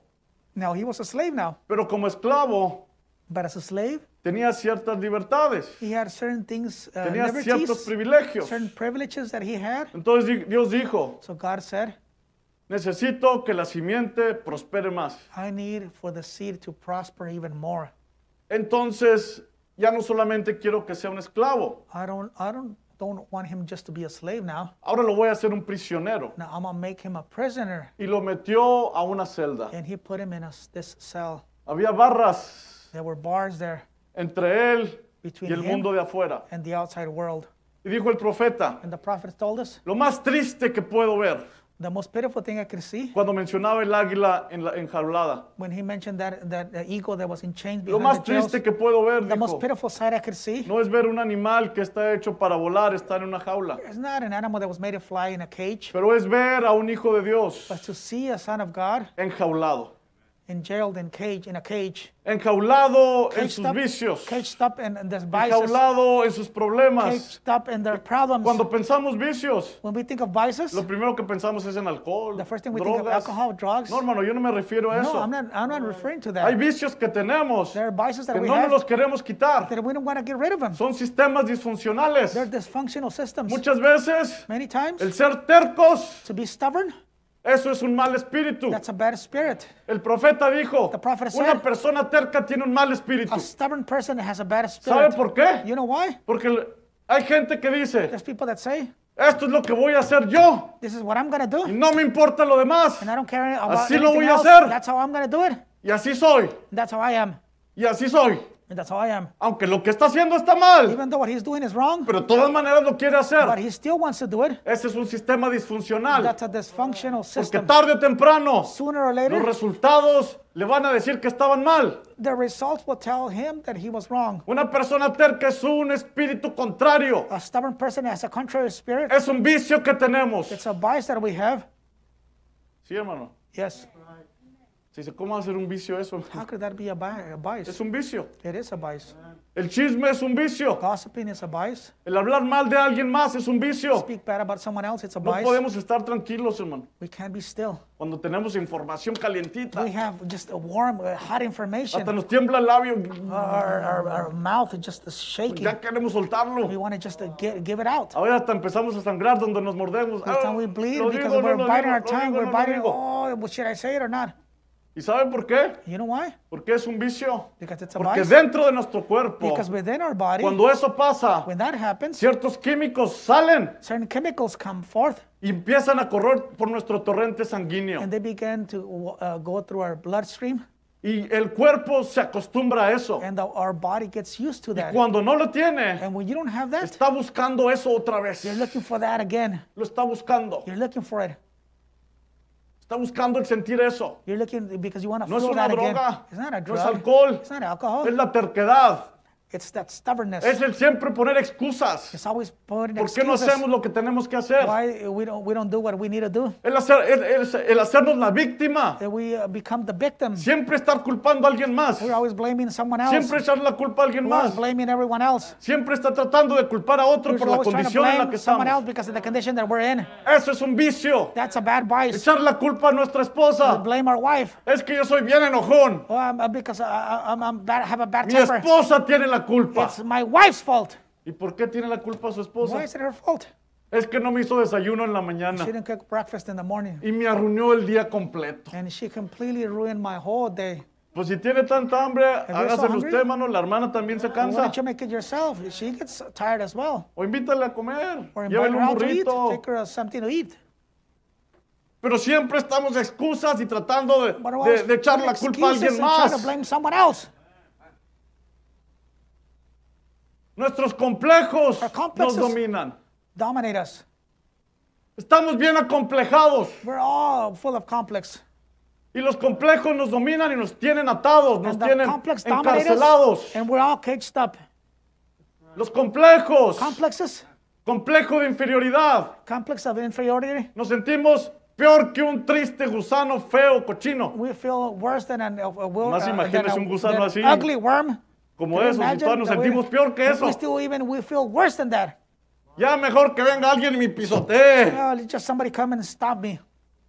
Speaker 2: Now he was a slave now,
Speaker 1: pero como esclavo
Speaker 2: but as a slave,
Speaker 1: tenía ciertas libertades,
Speaker 2: he had certain things, uh,
Speaker 1: tenía ciertos
Speaker 2: liberties,
Speaker 1: privilegios.
Speaker 2: certain privileges that he had.
Speaker 1: Entonces di- Dios dijo,
Speaker 2: So God said,
Speaker 1: necesito que la simiente prospere más.
Speaker 2: I need for the seed to prosper even more.
Speaker 1: Entonces ya no solamente quiero que sea un esclavo,
Speaker 2: I don't, I don't, don't want him just to be a slave now.
Speaker 1: ahora lo voy a hacer un prisionero.
Speaker 2: Now I'm gonna make him a prisoner.
Speaker 1: Y lo metió a una celda.
Speaker 2: And he put him in a s this cell.
Speaker 1: Había barras
Speaker 2: There were bars there
Speaker 1: entre él y
Speaker 2: between
Speaker 1: el
Speaker 2: him
Speaker 1: mundo de afuera.
Speaker 2: and the outside world.
Speaker 1: Y dijo el profeta,
Speaker 2: And the prophet told us
Speaker 1: lo más triste que puedo ver
Speaker 2: The most pitiful thing I could see
Speaker 1: Cuando mencionaba el águila en la enjaulada.
Speaker 2: when he mentioned that that uh, eagle that was in chains
Speaker 1: Lo
Speaker 2: behind
Speaker 1: más
Speaker 2: the jails,
Speaker 1: triste que puedo ver,
Speaker 2: the
Speaker 1: dijo,
Speaker 2: most pitiful sight I could see
Speaker 1: no es ver un animal que está hecho para volar, está en una jaula,
Speaker 2: is not an animal that was made to fly in a cage,
Speaker 1: pero es ver a un hijo de Dios
Speaker 2: but to see a son of God
Speaker 1: enjaulado.
Speaker 2: jailed in cage in a cage,
Speaker 1: Enjaulado en
Speaker 2: caged
Speaker 1: sus
Speaker 2: up,
Speaker 1: vicios,
Speaker 2: caged up in, in their vices,
Speaker 1: enjaulado en sus problemas.
Speaker 2: caged up in their problems.
Speaker 1: Cuando pensamos vicios,
Speaker 2: when we think of vices,
Speaker 1: lo primero que pensamos es en alcohol,
Speaker 2: the first thing we think of
Speaker 1: drogas.
Speaker 2: alcohol, drugs.
Speaker 1: No, hermano, yo no me refiero a
Speaker 2: no,
Speaker 1: eso.
Speaker 2: I'm not. I'm not referring to that.
Speaker 1: Hay vicios que tenemos
Speaker 2: there are vices that
Speaker 1: que
Speaker 2: we
Speaker 1: no nos
Speaker 2: have
Speaker 1: los queremos quitar.
Speaker 2: that we don't want to get rid of them.
Speaker 1: Son sistemas disfuncionales.
Speaker 2: They're dysfunctional systems.
Speaker 1: Muchas veces
Speaker 2: Many times,
Speaker 1: el ser tercos,
Speaker 2: to be stubborn,
Speaker 1: eso es un mal espíritu.
Speaker 2: that's a bad spirit.
Speaker 1: El profeta dijo,
Speaker 2: The prophet said-
Speaker 1: una persona terca tiene un mal espíritu.
Speaker 2: A stubborn person has a bad
Speaker 1: ¿Sabe
Speaker 2: spirit.
Speaker 1: por qué?
Speaker 2: You know why?
Speaker 1: Porque el- hay gente que dice,
Speaker 2: There's people that say,
Speaker 1: esto es lo que voy a hacer yo
Speaker 2: "This is what I'm gonna
Speaker 1: y
Speaker 2: do,
Speaker 1: no me importa lo demás.
Speaker 2: and I don't care about
Speaker 1: Mm. Así lo
Speaker 2: anything
Speaker 1: voy a
Speaker 2: else.
Speaker 1: hacer."
Speaker 2: That's how I'm gonna do it. And
Speaker 1: Y así soy,
Speaker 2: that's how I am.
Speaker 1: y así soy.
Speaker 2: And that's how I am.
Speaker 1: Aunque lo que está haciendo está mal,
Speaker 2: Even though what he's doing is wrong,
Speaker 1: pero de todas maneras lo quiere
Speaker 2: but
Speaker 1: hacer.
Speaker 2: he still wants to do it.
Speaker 1: Ese es un sistema disfuncional.
Speaker 2: That's a dysfunctional
Speaker 1: Porque
Speaker 2: system.
Speaker 1: tarde o temprano
Speaker 2: Sooner or
Speaker 1: los
Speaker 2: later,
Speaker 1: resultados le van a decir que estaban mal.
Speaker 2: the results will tell him that he was wrong.
Speaker 1: Una persona terca es un espíritu contrario.
Speaker 2: A stubborn person has a contrary spirit.
Speaker 1: Es un vicio que tenemos.
Speaker 2: It's a vice that we have.
Speaker 1: Sí, hermano.
Speaker 2: Yes.
Speaker 1: Se dice, ¿cómo va a ser un vicio eso?
Speaker 2: How could that be a, bi- a vice?
Speaker 1: Es un vicio.
Speaker 2: It is a vice.
Speaker 1: El chisme es un vicio.
Speaker 2: Gossiping is a vice.
Speaker 1: El hablar mal de alguien más es un vicio.
Speaker 2: Speak bad about someone else, it's a
Speaker 1: No
Speaker 2: vice.
Speaker 1: podemos estar tranquilos, hermano.
Speaker 2: We can't be still.
Speaker 1: Cuando tenemos información calientita,
Speaker 2: We have just a warm, uh, hot
Speaker 1: hasta
Speaker 2: information.
Speaker 1: nos tiembla el labio.
Speaker 2: Our, our, our mouth is just is shaking.
Speaker 1: Ya queremos
Speaker 2: We
Speaker 1: soltarlo.
Speaker 2: want to just uh, get, give it out.
Speaker 1: A veces hasta empezamos a sangrar donde nos mordemos.
Speaker 2: Every time we
Speaker 1: Ah,
Speaker 2: bleed
Speaker 1: lo
Speaker 2: because
Speaker 1: digo, no
Speaker 2: we're
Speaker 1: lo
Speaker 2: biting
Speaker 1: digo,
Speaker 2: our
Speaker 1: lo
Speaker 2: tongue,
Speaker 1: digo,
Speaker 2: we're
Speaker 1: no lo
Speaker 2: biting,
Speaker 1: digo.
Speaker 2: oh, well, should I say it or not?
Speaker 1: ¿Y saben por qué?
Speaker 2: You know why?
Speaker 1: Porque es un vicio.
Speaker 2: Because it's a
Speaker 1: Porque
Speaker 2: vice.
Speaker 1: dentro de nuestro cuerpo,
Speaker 2: Because within our body,
Speaker 1: cuando eso pasa,
Speaker 2: when that happens,
Speaker 1: ciertos químicos salen
Speaker 2: certain chemicals come forth
Speaker 1: y empiezan a correr por nuestro torrente sanguíneo.
Speaker 2: and they begin to uh, go through our bloodstream,
Speaker 1: Y el cuerpo se acostumbra a eso.
Speaker 2: and the, our body gets used to that.
Speaker 1: Cuando no lo tiene,
Speaker 2: And when you don't have that,
Speaker 1: está buscando eso otra vez.
Speaker 2: you're looking for that again.
Speaker 1: Lo está buscando.
Speaker 2: You're looking for it.
Speaker 1: Está buscando el sentir eso.
Speaker 2: You're looking because you want to
Speaker 1: No es
Speaker 2: feel
Speaker 1: una
Speaker 2: that again.
Speaker 1: droga.
Speaker 2: It's not a
Speaker 1: No
Speaker 2: drug.
Speaker 1: es alcohol.
Speaker 2: It's not alcohol.
Speaker 1: Es la terquedad.
Speaker 2: It's that stubbornness.
Speaker 1: Es el siempre poner excusas.
Speaker 2: It's always putting
Speaker 1: ¿Por qué no
Speaker 2: excuses.
Speaker 1: hacemos lo que tenemos que hacer?
Speaker 2: Why we don't we don't do what we need to do?
Speaker 1: El, hacer- el- el- el hacernos la víctima.
Speaker 2: That we uh, become the victim.
Speaker 1: Siempre estar culpando a alguien más.
Speaker 2: We're always blaming someone else.
Speaker 1: Siempre echar la culpa a alguien
Speaker 2: We're always
Speaker 1: más.
Speaker 2: blaming everyone else.
Speaker 1: Siempre está tratando de culpar a otro
Speaker 2: We're
Speaker 1: por la
Speaker 2: always trying to
Speaker 1: condición en la
Speaker 2: blame
Speaker 1: que
Speaker 2: someone else
Speaker 1: estamos.
Speaker 2: because of the condition that we're in.
Speaker 1: Eso es un vicio.
Speaker 2: That's a bad vice.
Speaker 1: Echar la culpa a nuestra esposa.
Speaker 2: Blame our wife.
Speaker 1: Es que yo soy bien enojón.
Speaker 2: Oh, I'm, uh, because I, I, I'm, I'm bad, have a bad
Speaker 1: Mi
Speaker 2: temper.
Speaker 1: esposa tiene la culpa.
Speaker 2: It's my wife's fault.
Speaker 1: ¿Y por qué tiene la culpa su
Speaker 2: Why
Speaker 1: esposa?
Speaker 2: is it her fault?
Speaker 1: Es que no me hizo desayuno en la mañana
Speaker 2: She didn't cook breakfast in the morning.
Speaker 1: y me arruinó el día completo.
Speaker 2: And she completely ruined my whole day.
Speaker 1: Pues si tiene tanta hambre,
Speaker 2: you're so
Speaker 1: hágaselo
Speaker 2: hungry?
Speaker 1: usted, mano. La hermana también se
Speaker 2: Why
Speaker 1: cansa.
Speaker 2: don't you make it yourself? She gets tired as well.
Speaker 1: O invítale a comer.
Speaker 2: Or invite
Speaker 1: Llévele
Speaker 2: her
Speaker 1: un
Speaker 2: out to eat.
Speaker 1: burrito.
Speaker 2: Take her uh, something to eat.
Speaker 1: Pero siempre estamos de excusas y tratando de,
Speaker 2: But we're
Speaker 1: de-
Speaker 2: always
Speaker 1: de echar la
Speaker 2: making
Speaker 1: culpa a alguien
Speaker 2: excuses and trying to
Speaker 1: más.
Speaker 2: blame someone else.
Speaker 1: Nuestros complejos
Speaker 2: Our
Speaker 1: nos
Speaker 2: complexes.
Speaker 1: dominan.
Speaker 2: Dominate us.
Speaker 1: Estamos bien acomplejados
Speaker 2: We're all full of complex.
Speaker 1: y los complejos nos dominan y nos tienen atados, nos
Speaker 2: And the
Speaker 1: tienen
Speaker 2: complex dominate us.
Speaker 1: encarcelados.
Speaker 2: And we're all caged up.
Speaker 1: Los complejos,
Speaker 2: Complexes.
Speaker 1: complejo de inferioridad.
Speaker 2: Complex of inferiority.
Speaker 1: Nos sentimos peor que un triste gusano feo, cochino.
Speaker 2: We feel worse than an, a, a, will-
Speaker 1: Más
Speaker 2: uh, than
Speaker 1: imagínese
Speaker 2: a-
Speaker 1: un gusano así.
Speaker 2: than an ugly worm.
Speaker 1: Como
Speaker 2: Can you
Speaker 1: eso, si
Speaker 2: imagine
Speaker 1: todavía nos
Speaker 2: that we-
Speaker 1: sentimos peor que eso.
Speaker 2: We still even we feel worse than that.
Speaker 1: Ya mejor que venga alguien y me pisotee.
Speaker 2: Oh, just somebody come and stop me.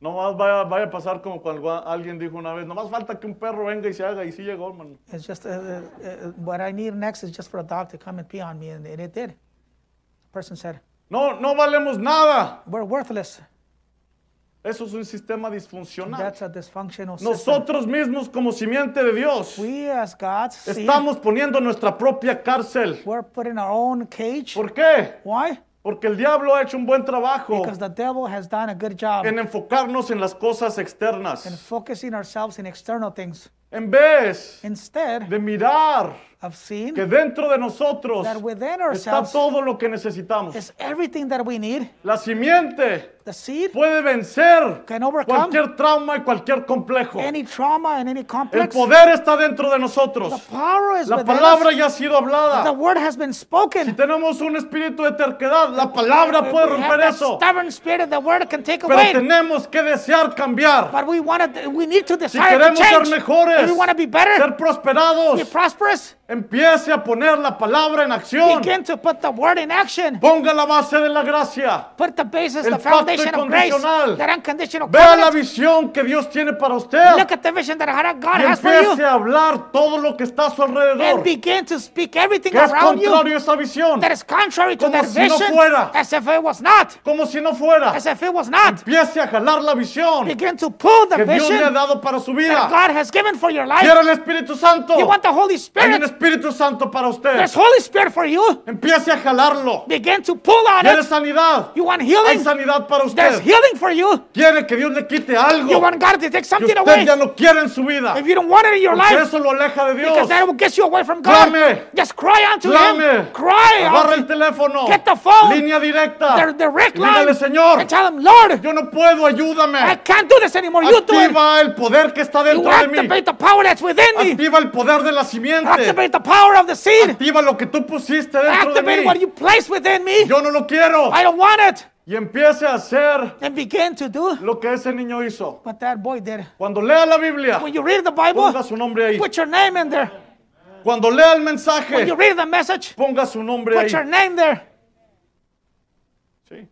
Speaker 1: Nomás vaya, vaya a pasar como cuando alguien dijo una vez, nomás falta que un perro venga y se haga y sí llegó, hermano.
Speaker 2: It's just uh, uh, uh, what I need next is just for a dog to come and pee on me, and, and it did. The person said,
Speaker 1: No, no valemos nada.
Speaker 2: "We're worthless."
Speaker 1: Eso es un sistema disfuncional.
Speaker 2: That's a dysfunctional system.
Speaker 1: Nosotros mismos como simiente de Dios
Speaker 2: We as God's seed,
Speaker 1: estamos poniendo nuestra propia cárcel.
Speaker 2: we're put in our own cage.
Speaker 1: ¿Por qué?
Speaker 2: Why?
Speaker 1: Porque el diablo ha hecho un buen trabajo
Speaker 2: Because the devil has done a good job
Speaker 1: en enfocarnos en las cosas
Speaker 2: in
Speaker 1: externas.
Speaker 2: focusing ourselves in external things
Speaker 1: En vez
Speaker 2: instead
Speaker 1: de mirar
Speaker 2: of sin
Speaker 1: que dentro de nosotros
Speaker 2: that within
Speaker 1: está
Speaker 2: ourselves
Speaker 1: todo lo que necesitamos.
Speaker 2: is everything that we need.
Speaker 1: La simiente
Speaker 2: The seed
Speaker 1: puede vencer
Speaker 2: can overcome
Speaker 1: cualquier trauma y cualquier complejo.
Speaker 2: any trauma and any
Speaker 1: El
Speaker 2: complex.
Speaker 1: poder está dentro de
Speaker 2: The
Speaker 1: nosotros.
Speaker 2: power is
Speaker 1: La
Speaker 2: within
Speaker 1: palabra
Speaker 2: us.
Speaker 1: ya ha sido
Speaker 2: The
Speaker 1: hablada.
Speaker 2: word has been spoken.
Speaker 1: Tenemos un espíritu de terquedad. La palabra puede
Speaker 2: We have
Speaker 1: romper
Speaker 2: that
Speaker 1: eso.
Speaker 2: stubborn spirit of the word can take
Speaker 1: Pero
Speaker 2: away.
Speaker 1: tenemos que desear cambiar,
Speaker 2: But we want to, we need to desire to
Speaker 1: queremos ser
Speaker 2: change.
Speaker 1: mejores,
Speaker 2: If we want to be better,
Speaker 1: ser prosperados.
Speaker 2: be prosperous,
Speaker 1: Empiece a poner la palabra en acción.
Speaker 2: begin to put the word in action.
Speaker 1: Ponga la base de la gracia.
Speaker 2: Put the
Speaker 1: El
Speaker 2: basis, the
Speaker 1: pacto
Speaker 2: foundation of grace,
Speaker 1: incondicional.
Speaker 2: that unconditional
Speaker 1: Vea la
Speaker 2: covenant.
Speaker 1: visión que Dios tiene para usted.
Speaker 2: Look at the vision that God- God
Speaker 1: Y
Speaker 2: has for you.
Speaker 1: empiece a hablar todo lo que está a su alrededor.
Speaker 2: and
Speaker 1: Que
Speaker 2: begin to speak everything
Speaker 1: es
Speaker 2: around you
Speaker 1: contrario a esa visión.
Speaker 2: that is contrary to
Speaker 1: Como
Speaker 2: that
Speaker 1: si no
Speaker 2: vision
Speaker 1: fuera.
Speaker 2: as if it was not
Speaker 1: Como si no fuera.
Speaker 2: as if it was not
Speaker 1: Empiece a jalar la visión
Speaker 2: begin to pull the
Speaker 1: que Dios
Speaker 2: vision
Speaker 1: le ha dado para su
Speaker 2: that
Speaker 1: vida.
Speaker 2: God has given for your life
Speaker 1: Quiere el Espíritu Santo.
Speaker 2: you want the Holy
Speaker 1: Hay un
Speaker 2: Spirit
Speaker 1: Espíritu Santo para usted.
Speaker 2: there's Holy Spirit for you
Speaker 1: Empiece a jalarlo.
Speaker 2: begin to pull on
Speaker 1: Quiere
Speaker 2: it
Speaker 1: sanidad.
Speaker 2: you want
Speaker 1: Hay
Speaker 2: healing
Speaker 1: sanidad para
Speaker 2: there's
Speaker 1: usted.
Speaker 2: healing for you
Speaker 1: Quiere que Dios le quite
Speaker 2: you
Speaker 1: algo
Speaker 2: want God to take
Speaker 1: que
Speaker 2: something
Speaker 1: usted
Speaker 2: away
Speaker 1: ya no quiere en su vida.
Speaker 2: if you don't want it in your
Speaker 1: Porque
Speaker 2: life
Speaker 1: eso lo aleja de Dios.
Speaker 2: because that will get you away from God
Speaker 1: Clame.
Speaker 2: just cry unto
Speaker 1: Clame.
Speaker 2: Him cry
Speaker 1: Agarra el
Speaker 2: unto
Speaker 1: teléfono.
Speaker 2: Get the phone.
Speaker 1: Línea directa.
Speaker 2: their direct
Speaker 1: Y dígale,
Speaker 2: line
Speaker 1: Señor,
Speaker 2: and tell Him Lord
Speaker 1: yo no puedo,
Speaker 2: I
Speaker 1: ayúdame.
Speaker 2: can't do this anymore you do it
Speaker 1: Activa el poder que está
Speaker 2: You
Speaker 1: dentro de mí.
Speaker 2: activate the power that's within me.
Speaker 1: Activa el poder de la simiente.
Speaker 2: Activate the power of the seed.
Speaker 1: Activa lo que tú pusiste dentro de
Speaker 2: Activate what
Speaker 1: mí.
Speaker 2: you place within me.
Speaker 1: Yo no lo quiero.
Speaker 2: I don't want it.
Speaker 1: Y empiece a hacer
Speaker 2: And begin to do
Speaker 1: lo que ese niño hizo.
Speaker 2: what that boy did.
Speaker 1: Cuando lea la Biblia,
Speaker 2: When you read the Bible,
Speaker 1: ponga su nombre ahí.
Speaker 2: put your name in there.
Speaker 1: Cuando lea el
Speaker 2: When you
Speaker 1: mensaje,
Speaker 2: read the message,
Speaker 1: ponga su nombre
Speaker 2: put your
Speaker 1: ahí.
Speaker 2: name there.
Speaker 1: Sí.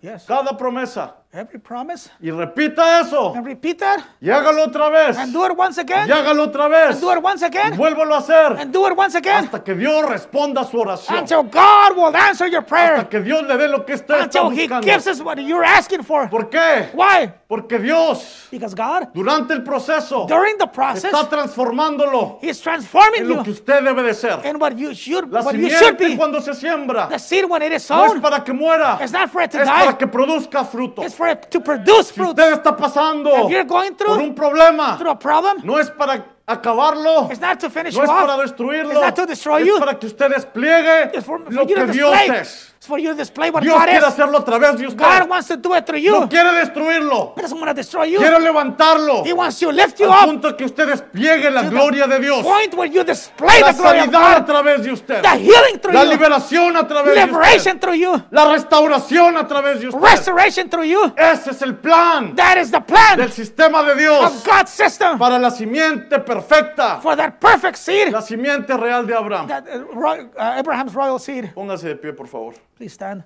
Speaker 2: Yes.
Speaker 1: Cada promesa.
Speaker 2: Every promise.
Speaker 1: Y repita eso.
Speaker 2: And repeat that.
Speaker 1: Y hágalo otra vez.
Speaker 2: And do it
Speaker 1: Y
Speaker 2: once again.
Speaker 1: hágalo otra vez.
Speaker 2: Do it once again.
Speaker 1: Vuélvalo a hacer.
Speaker 2: And do it once again.
Speaker 1: Hasta que Dios responda a su oración.
Speaker 2: Until God will answer your prayer.
Speaker 1: Hasta que Dios le dé lo que usted está
Speaker 2: Until He
Speaker 1: buscando.
Speaker 2: gives us what you're asking for.
Speaker 1: ¿Por qué?
Speaker 2: Why?
Speaker 1: Porque Dios,
Speaker 2: Because God,
Speaker 1: durante el proceso,
Speaker 2: during the process,
Speaker 1: está transformándolo
Speaker 2: He's transforming
Speaker 1: en lo
Speaker 2: you.
Speaker 1: que usted debe de ser.
Speaker 2: and what you should
Speaker 1: La
Speaker 2: what you should
Speaker 1: simiente
Speaker 2: be.
Speaker 1: cuando se siembra
Speaker 2: The seed when it is
Speaker 1: no es
Speaker 2: sown,
Speaker 1: para que muera,
Speaker 2: it's not for it to
Speaker 1: es para
Speaker 2: die.
Speaker 1: que produzca fruto.
Speaker 2: It's for it to produce
Speaker 1: Si
Speaker 2: fruit.
Speaker 1: usted está pasando
Speaker 2: If you're going
Speaker 1: por
Speaker 2: through
Speaker 1: un problema,
Speaker 2: through a problem,
Speaker 1: no es para acabarlo,
Speaker 2: it's not to finish
Speaker 1: no
Speaker 2: you
Speaker 1: es para
Speaker 2: off.
Speaker 1: destruirlo,
Speaker 2: It's not to destroy
Speaker 1: es
Speaker 2: you.
Speaker 1: para que usted despliegue
Speaker 2: It's for, for
Speaker 1: lo
Speaker 2: you
Speaker 1: que
Speaker 2: to
Speaker 1: Dios
Speaker 2: display.
Speaker 1: es.
Speaker 2: It's for you to display what
Speaker 1: Dios
Speaker 2: God
Speaker 1: quiere
Speaker 2: is.
Speaker 1: hacerlo a través de usted.
Speaker 2: God wants to do it through you.
Speaker 1: No quiere destruirlo.
Speaker 2: He doesn't want to destroy you.
Speaker 1: Quiere levantarlo.
Speaker 2: He wants to lift you
Speaker 1: Al
Speaker 2: up.
Speaker 1: punto que usted despliegue la
Speaker 2: to the
Speaker 1: gloria de Dios.
Speaker 2: Point where you display
Speaker 1: La
Speaker 2: the glory of
Speaker 1: sanidad a
Speaker 2: God.
Speaker 1: través de usted.
Speaker 2: The healing through
Speaker 1: La
Speaker 2: you.
Speaker 1: liberación a través de usted.
Speaker 2: Liberation through you.
Speaker 1: La restauración a través de usted.
Speaker 2: Restoration through you.
Speaker 1: Ese es el plan
Speaker 2: That is the plan
Speaker 1: del sistema de
Speaker 2: of
Speaker 1: Dios
Speaker 2: God's system
Speaker 1: para la simiente perfecta,
Speaker 2: for that perfect seed.
Speaker 1: la simiente real de Abraham.
Speaker 2: That uh, ro- uh, Abraham's royal seed.
Speaker 1: Póngase de pie, por favor.
Speaker 2: Please stand.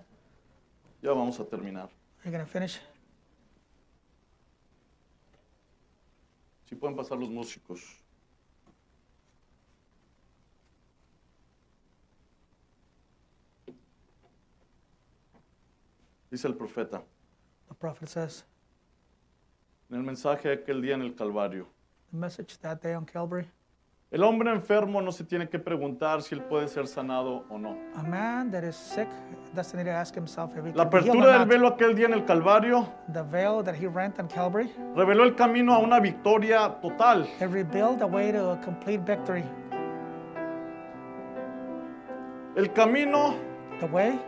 Speaker 1: Ya vamos a terminar.
Speaker 2: You're gonna finish.
Speaker 1: Si pueden pasar los músicos. Dice el profeta,
Speaker 2: The prophet says
Speaker 1: en el mensaje de aquel día en el Calvario,
Speaker 2: the message that day on Calvary.
Speaker 1: el hombre enfermo no se tiene que preguntar si él puede ser sanado o no.
Speaker 2: A man that is sick doesn't need to ask himself if he
Speaker 1: La
Speaker 2: can be healed or
Speaker 1: apertura del
Speaker 2: not.
Speaker 1: velo aquel día en el Calvario
Speaker 2: The veil that he rent on Calvary,
Speaker 1: reveló el camino a una victoria total.
Speaker 2: it revealed a way to a complete victory.
Speaker 1: El camino
Speaker 2: The way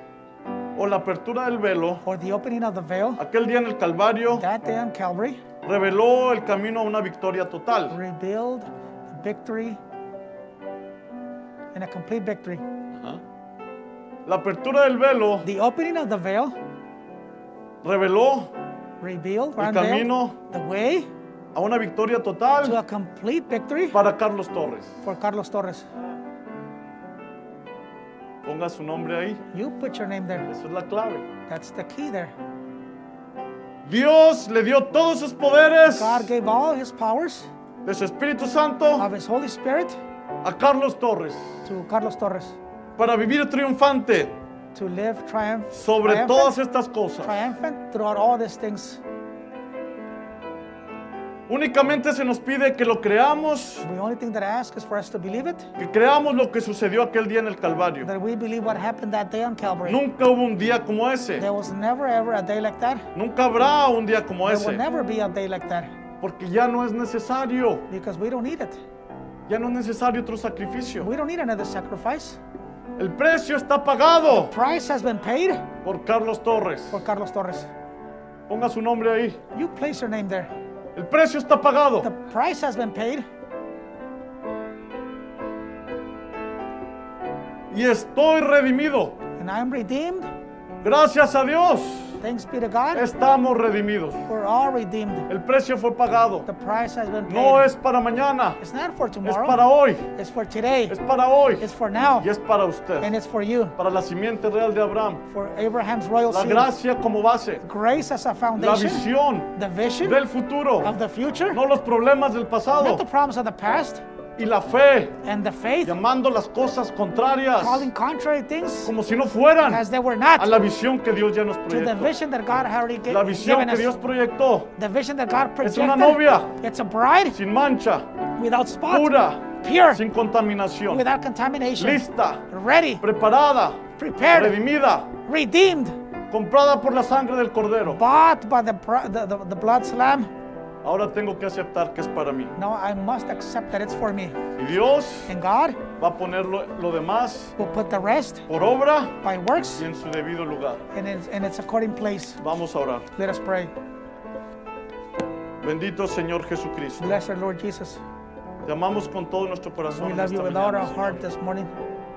Speaker 1: o la apertura del velo
Speaker 2: or the opening of the veil
Speaker 1: aquel día en el Calvario
Speaker 2: that day on Calvary
Speaker 1: reveló el camino a una victoria total.
Speaker 2: revealed victory and a complete victory.
Speaker 1: Ajá. La apertura del velo
Speaker 2: The opening of the veil
Speaker 1: reveló
Speaker 2: revealed
Speaker 1: el
Speaker 2: unveiled,
Speaker 1: camino
Speaker 2: the way
Speaker 1: a una victoria
Speaker 2: to a
Speaker 1: total
Speaker 2: complete victory
Speaker 1: para Carlos Torres.
Speaker 2: for Carlos Torres.
Speaker 1: Ponga su nombre ahí,
Speaker 2: You put your name there.
Speaker 1: esa es la clave.
Speaker 2: That's the key there.
Speaker 1: Dios le dio todos sus poderes
Speaker 2: God gave all his powers
Speaker 1: de su Espíritu Santo
Speaker 2: of his Holy Spirit
Speaker 1: a Carlos Torres
Speaker 2: to Carlos Torres
Speaker 1: para vivir triunfante
Speaker 2: to live triumph,
Speaker 1: sobre
Speaker 2: triumphant,
Speaker 1: todas estas cosas.
Speaker 2: triumphant throughout all these things.
Speaker 1: Únicamente se nos pide que lo creamos,
Speaker 2: The only thing that I ask is for us to believe it,
Speaker 1: que creamos lo que sucedió aquel día en el Calvario.
Speaker 2: that we believe what happened that day on Calvary.
Speaker 1: Nunca hubo un día como ese.
Speaker 2: There was never ever a day like that.
Speaker 1: Nunca habrá un día como
Speaker 2: There will
Speaker 1: ese.
Speaker 2: never be a day like that
Speaker 1: Porque ya no es necesario.
Speaker 2: because we don't need it.
Speaker 1: Ya no es necesario otro sacrificio.
Speaker 2: We don't need another sacrifice.
Speaker 1: El precio está pagado
Speaker 2: Price has been paid
Speaker 1: por Carlos Torres.
Speaker 2: for Carlos Torres.
Speaker 1: Ponga su nombre ahí.
Speaker 2: You place your name there.
Speaker 1: El precio está pagado.
Speaker 2: The price has been paid,
Speaker 1: Y estoy redimido.
Speaker 2: and I'm redeemed.
Speaker 1: Gracias a Dios.
Speaker 2: Thanks be to God.
Speaker 1: Estamos redimidos.
Speaker 2: We're all redeemed.
Speaker 1: El precio fue pagado.
Speaker 2: The price has been paid.
Speaker 1: No es para mañana.
Speaker 2: It's not for
Speaker 1: Es
Speaker 2: tomorrow.
Speaker 1: para hoy.
Speaker 2: It's for today.
Speaker 1: Es para hoy.
Speaker 2: It's for now.
Speaker 1: Y es para usted.
Speaker 2: And it's for you.
Speaker 1: Para la simiente real de Abraham.
Speaker 2: For Abraham's royal
Speaker 1: La
Speaker 2: seed.
Speaker 1: gracia como base.
Speaker 2: Grace as a
Speaker 1: La
Speaker 2: foundation.
Speaker 1: visión
Speaker 2: The vision
Speaker 1: del futuro.
Speaker 2: of the future.
Speaker 1: No los problemas del pasado.
Speaker 2: Not the problems of the past.
Speaker 1: Y la fe.
Speaker 2: And the faith.
Speaker 1: Llamando las cosas contrarias.
Speaker 2: Calling contrary things
Speaker 1: Como si no fueran.
Speaker 2: as they were
Speaker 1: A
Speaker 2: not.
Speaker 1: la visión que Dios ya nos
Speaker 2: To the
Speaker 1: proyectó.
Speaker 2: vision that God had already gi-
Speaker 1: La visión
Speaker 2: given
Speaker 1: que
Speaker 2: us.
Speaker 1: Dios proyectó.
Speaker 2: The vision that God
Speaker 1: Es
Speaker 2: projected.
Speaker 1: una novia.
Speaker 2: It's a bride
Speaker 1: Sin mancha.
Speaker 2: without spot.
Speaker 1: Pura.
Speaker 2: Pure.
Speaker 1: Sin contaminación.
Speaker 2: Without contamination.
Speaker 1: Lista.
Speaker 2: Ready.
Speaker 1: Preparada.
Speaker 2: Prepared.
Speaker 1: Redimida.
Speaker 2: Redeemed.
Speaker 1: Comprada por la sangre del cordero.
Speaker 2: Bought by the, pro- the, the, the blood's lamb.
Speaker 1: Ahora tengo que aceptar que es para mí.
Speaker 2: Now I must accept that it's for me.
Speaker 1: Y Dios
Speaker 2: And God
Speaker 1: va a poner lo, lo demás
Speaker 2: will put the rest
Speaker 1: por obra
Speaker 2: by works
Speaker 1: y en su debido lugar.
Speaker 2: in its, in its according place.
Speaker 1: Vamos a orar.
Speaker 2: Let us pray.
Speaker 1: Bendito Señor Jesucristo.
Speaker 2: Blessed Lord Jesus,
Speaker 1: Te amamos con todo nuestro corazón.
Speaker 2: we
Speaker 1: en
Speaker 2: love you
Speaker 1: esta
Speaker 2: with all
Speaker 1: mañana,
Speaker 2: our heart
Speaker 1: Señor.
Speaker 2: this morning.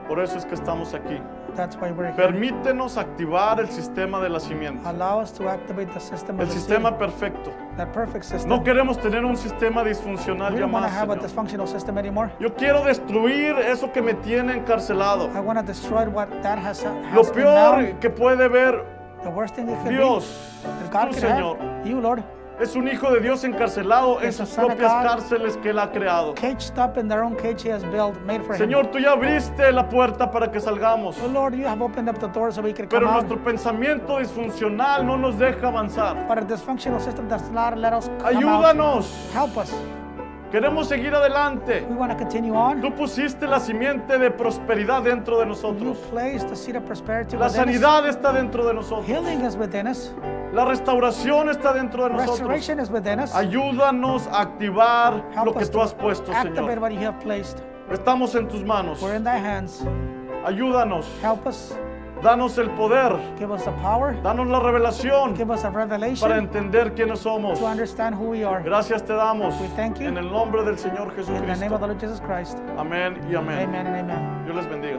Speaker 1: Por eso es que estamos aquí.
Speaker 2: That's why we're here.
Speaker 1: Permítenos activar el sistema de la simiente.
Speaker 2: Allow us to activate the system
Speaker 1: El
Speaker 2: of the seed,
Speaker 1: sistema perfecto.
Speaker 2: that perfect system.
Speaker 1: No queremos tener un sistema disfuncional
Speaker 2: we
Speaker 1: ya
Speaker 2: don't want to
Speaker 1: más.
Speaker 2: have a
Speaker 1: Señor.
Speaker 2: dysfunctional system anymore.
Speaker 1: Yo quiero destruir eso que me tiene encarcelado.
Speaker 2: I want to destroy what that has, uh, has
Speaker 1: Lo
Speaker 2: been now.
Speaker 1: peor que puede ver
Speaker 2: The worst thing that can
Speaker 1: Dios,
Speaker 2: be that God
Speaker 1: tu
Speaker 2: can
Speaker 1: Señor,
Speaker 2: have, you Lord,
Speaker 1: es un hijo de Dios encarcelado en
Speaker 2: Es un
Speaker 1: sus
Speaker 2: son de
Speaker 1: propias
Speaker 2: God.
Speaker 1: cárceles que él ha creado.
Speaker 2: caged up in their own cage He has built, made for Him.
Speaker 1: Señor, tú ya abriste la puerta para que salgamos,
Speaker 2: Oh Lord, you have opened up the door so we can come
Speaker 1: pero
Speaker 2: out.
Speaker 1: nuestro pensamiento disfuncional no nos deja avanzar.
Speaker 2: But a dysfunctional system does not let us come out.
Speaker 1: Ayúdanos,
Speaker 2: Help us.
Speaker 1: queremos seguir adelante.
Speaker 2: We want to continue on.
Speaker 1: Tú pusiste la simiente de prosperidad dentro de
Speaker 2: You
Speaker 1: nosotros.
Speaker 2: place the seed of prosperity
Speaker 1: La
Speaker 2: within us.
Speaker 1: sanidad está dentro de nosotros.
Speaker 2: Healing is within us.
Speaker 1: La restauración está dentro de nosotros.
Speaker 2: Restoration is within us.
Speaker 1: Ayúdanos a activar
Speaker 2: Help
Speaker 1: lo que
Speaker 2: us
Speaker 1: tú
Speaker 2: to
Speaker 1: has puesto,
Speaker 2: Activate
Speaker 1: Señor.
Speaker 2: what you have placed.
Speaker 1: Estamos en tus manos.
Speaker 2: We're in thy hands.
Speaker 1: Ayúdanos.
Speaker 2: Help us.
Speaker 1: Danos el poder,
Speaker 2: Give us the power.
Speaker 1: danos la revelación
Speaker 2: Give us a
Speaker 1: para
Speaker 2: revelation
Speaker 1: entender quiénes somos.
Speaker 2: to understand who we are.
Speaker 1: Gracias te damos
Speaker 2: We thank you.
Speaker 1: en el nombre del Señor
Speaker 2: In the name of
Speaker 1: Jesucristo.
Speaker 2: the Lord Jesus Christ.
Speaker 1: Amén y amén.
Speaker 2: Amen and amen.
Speaker 1: Dios les bendiga.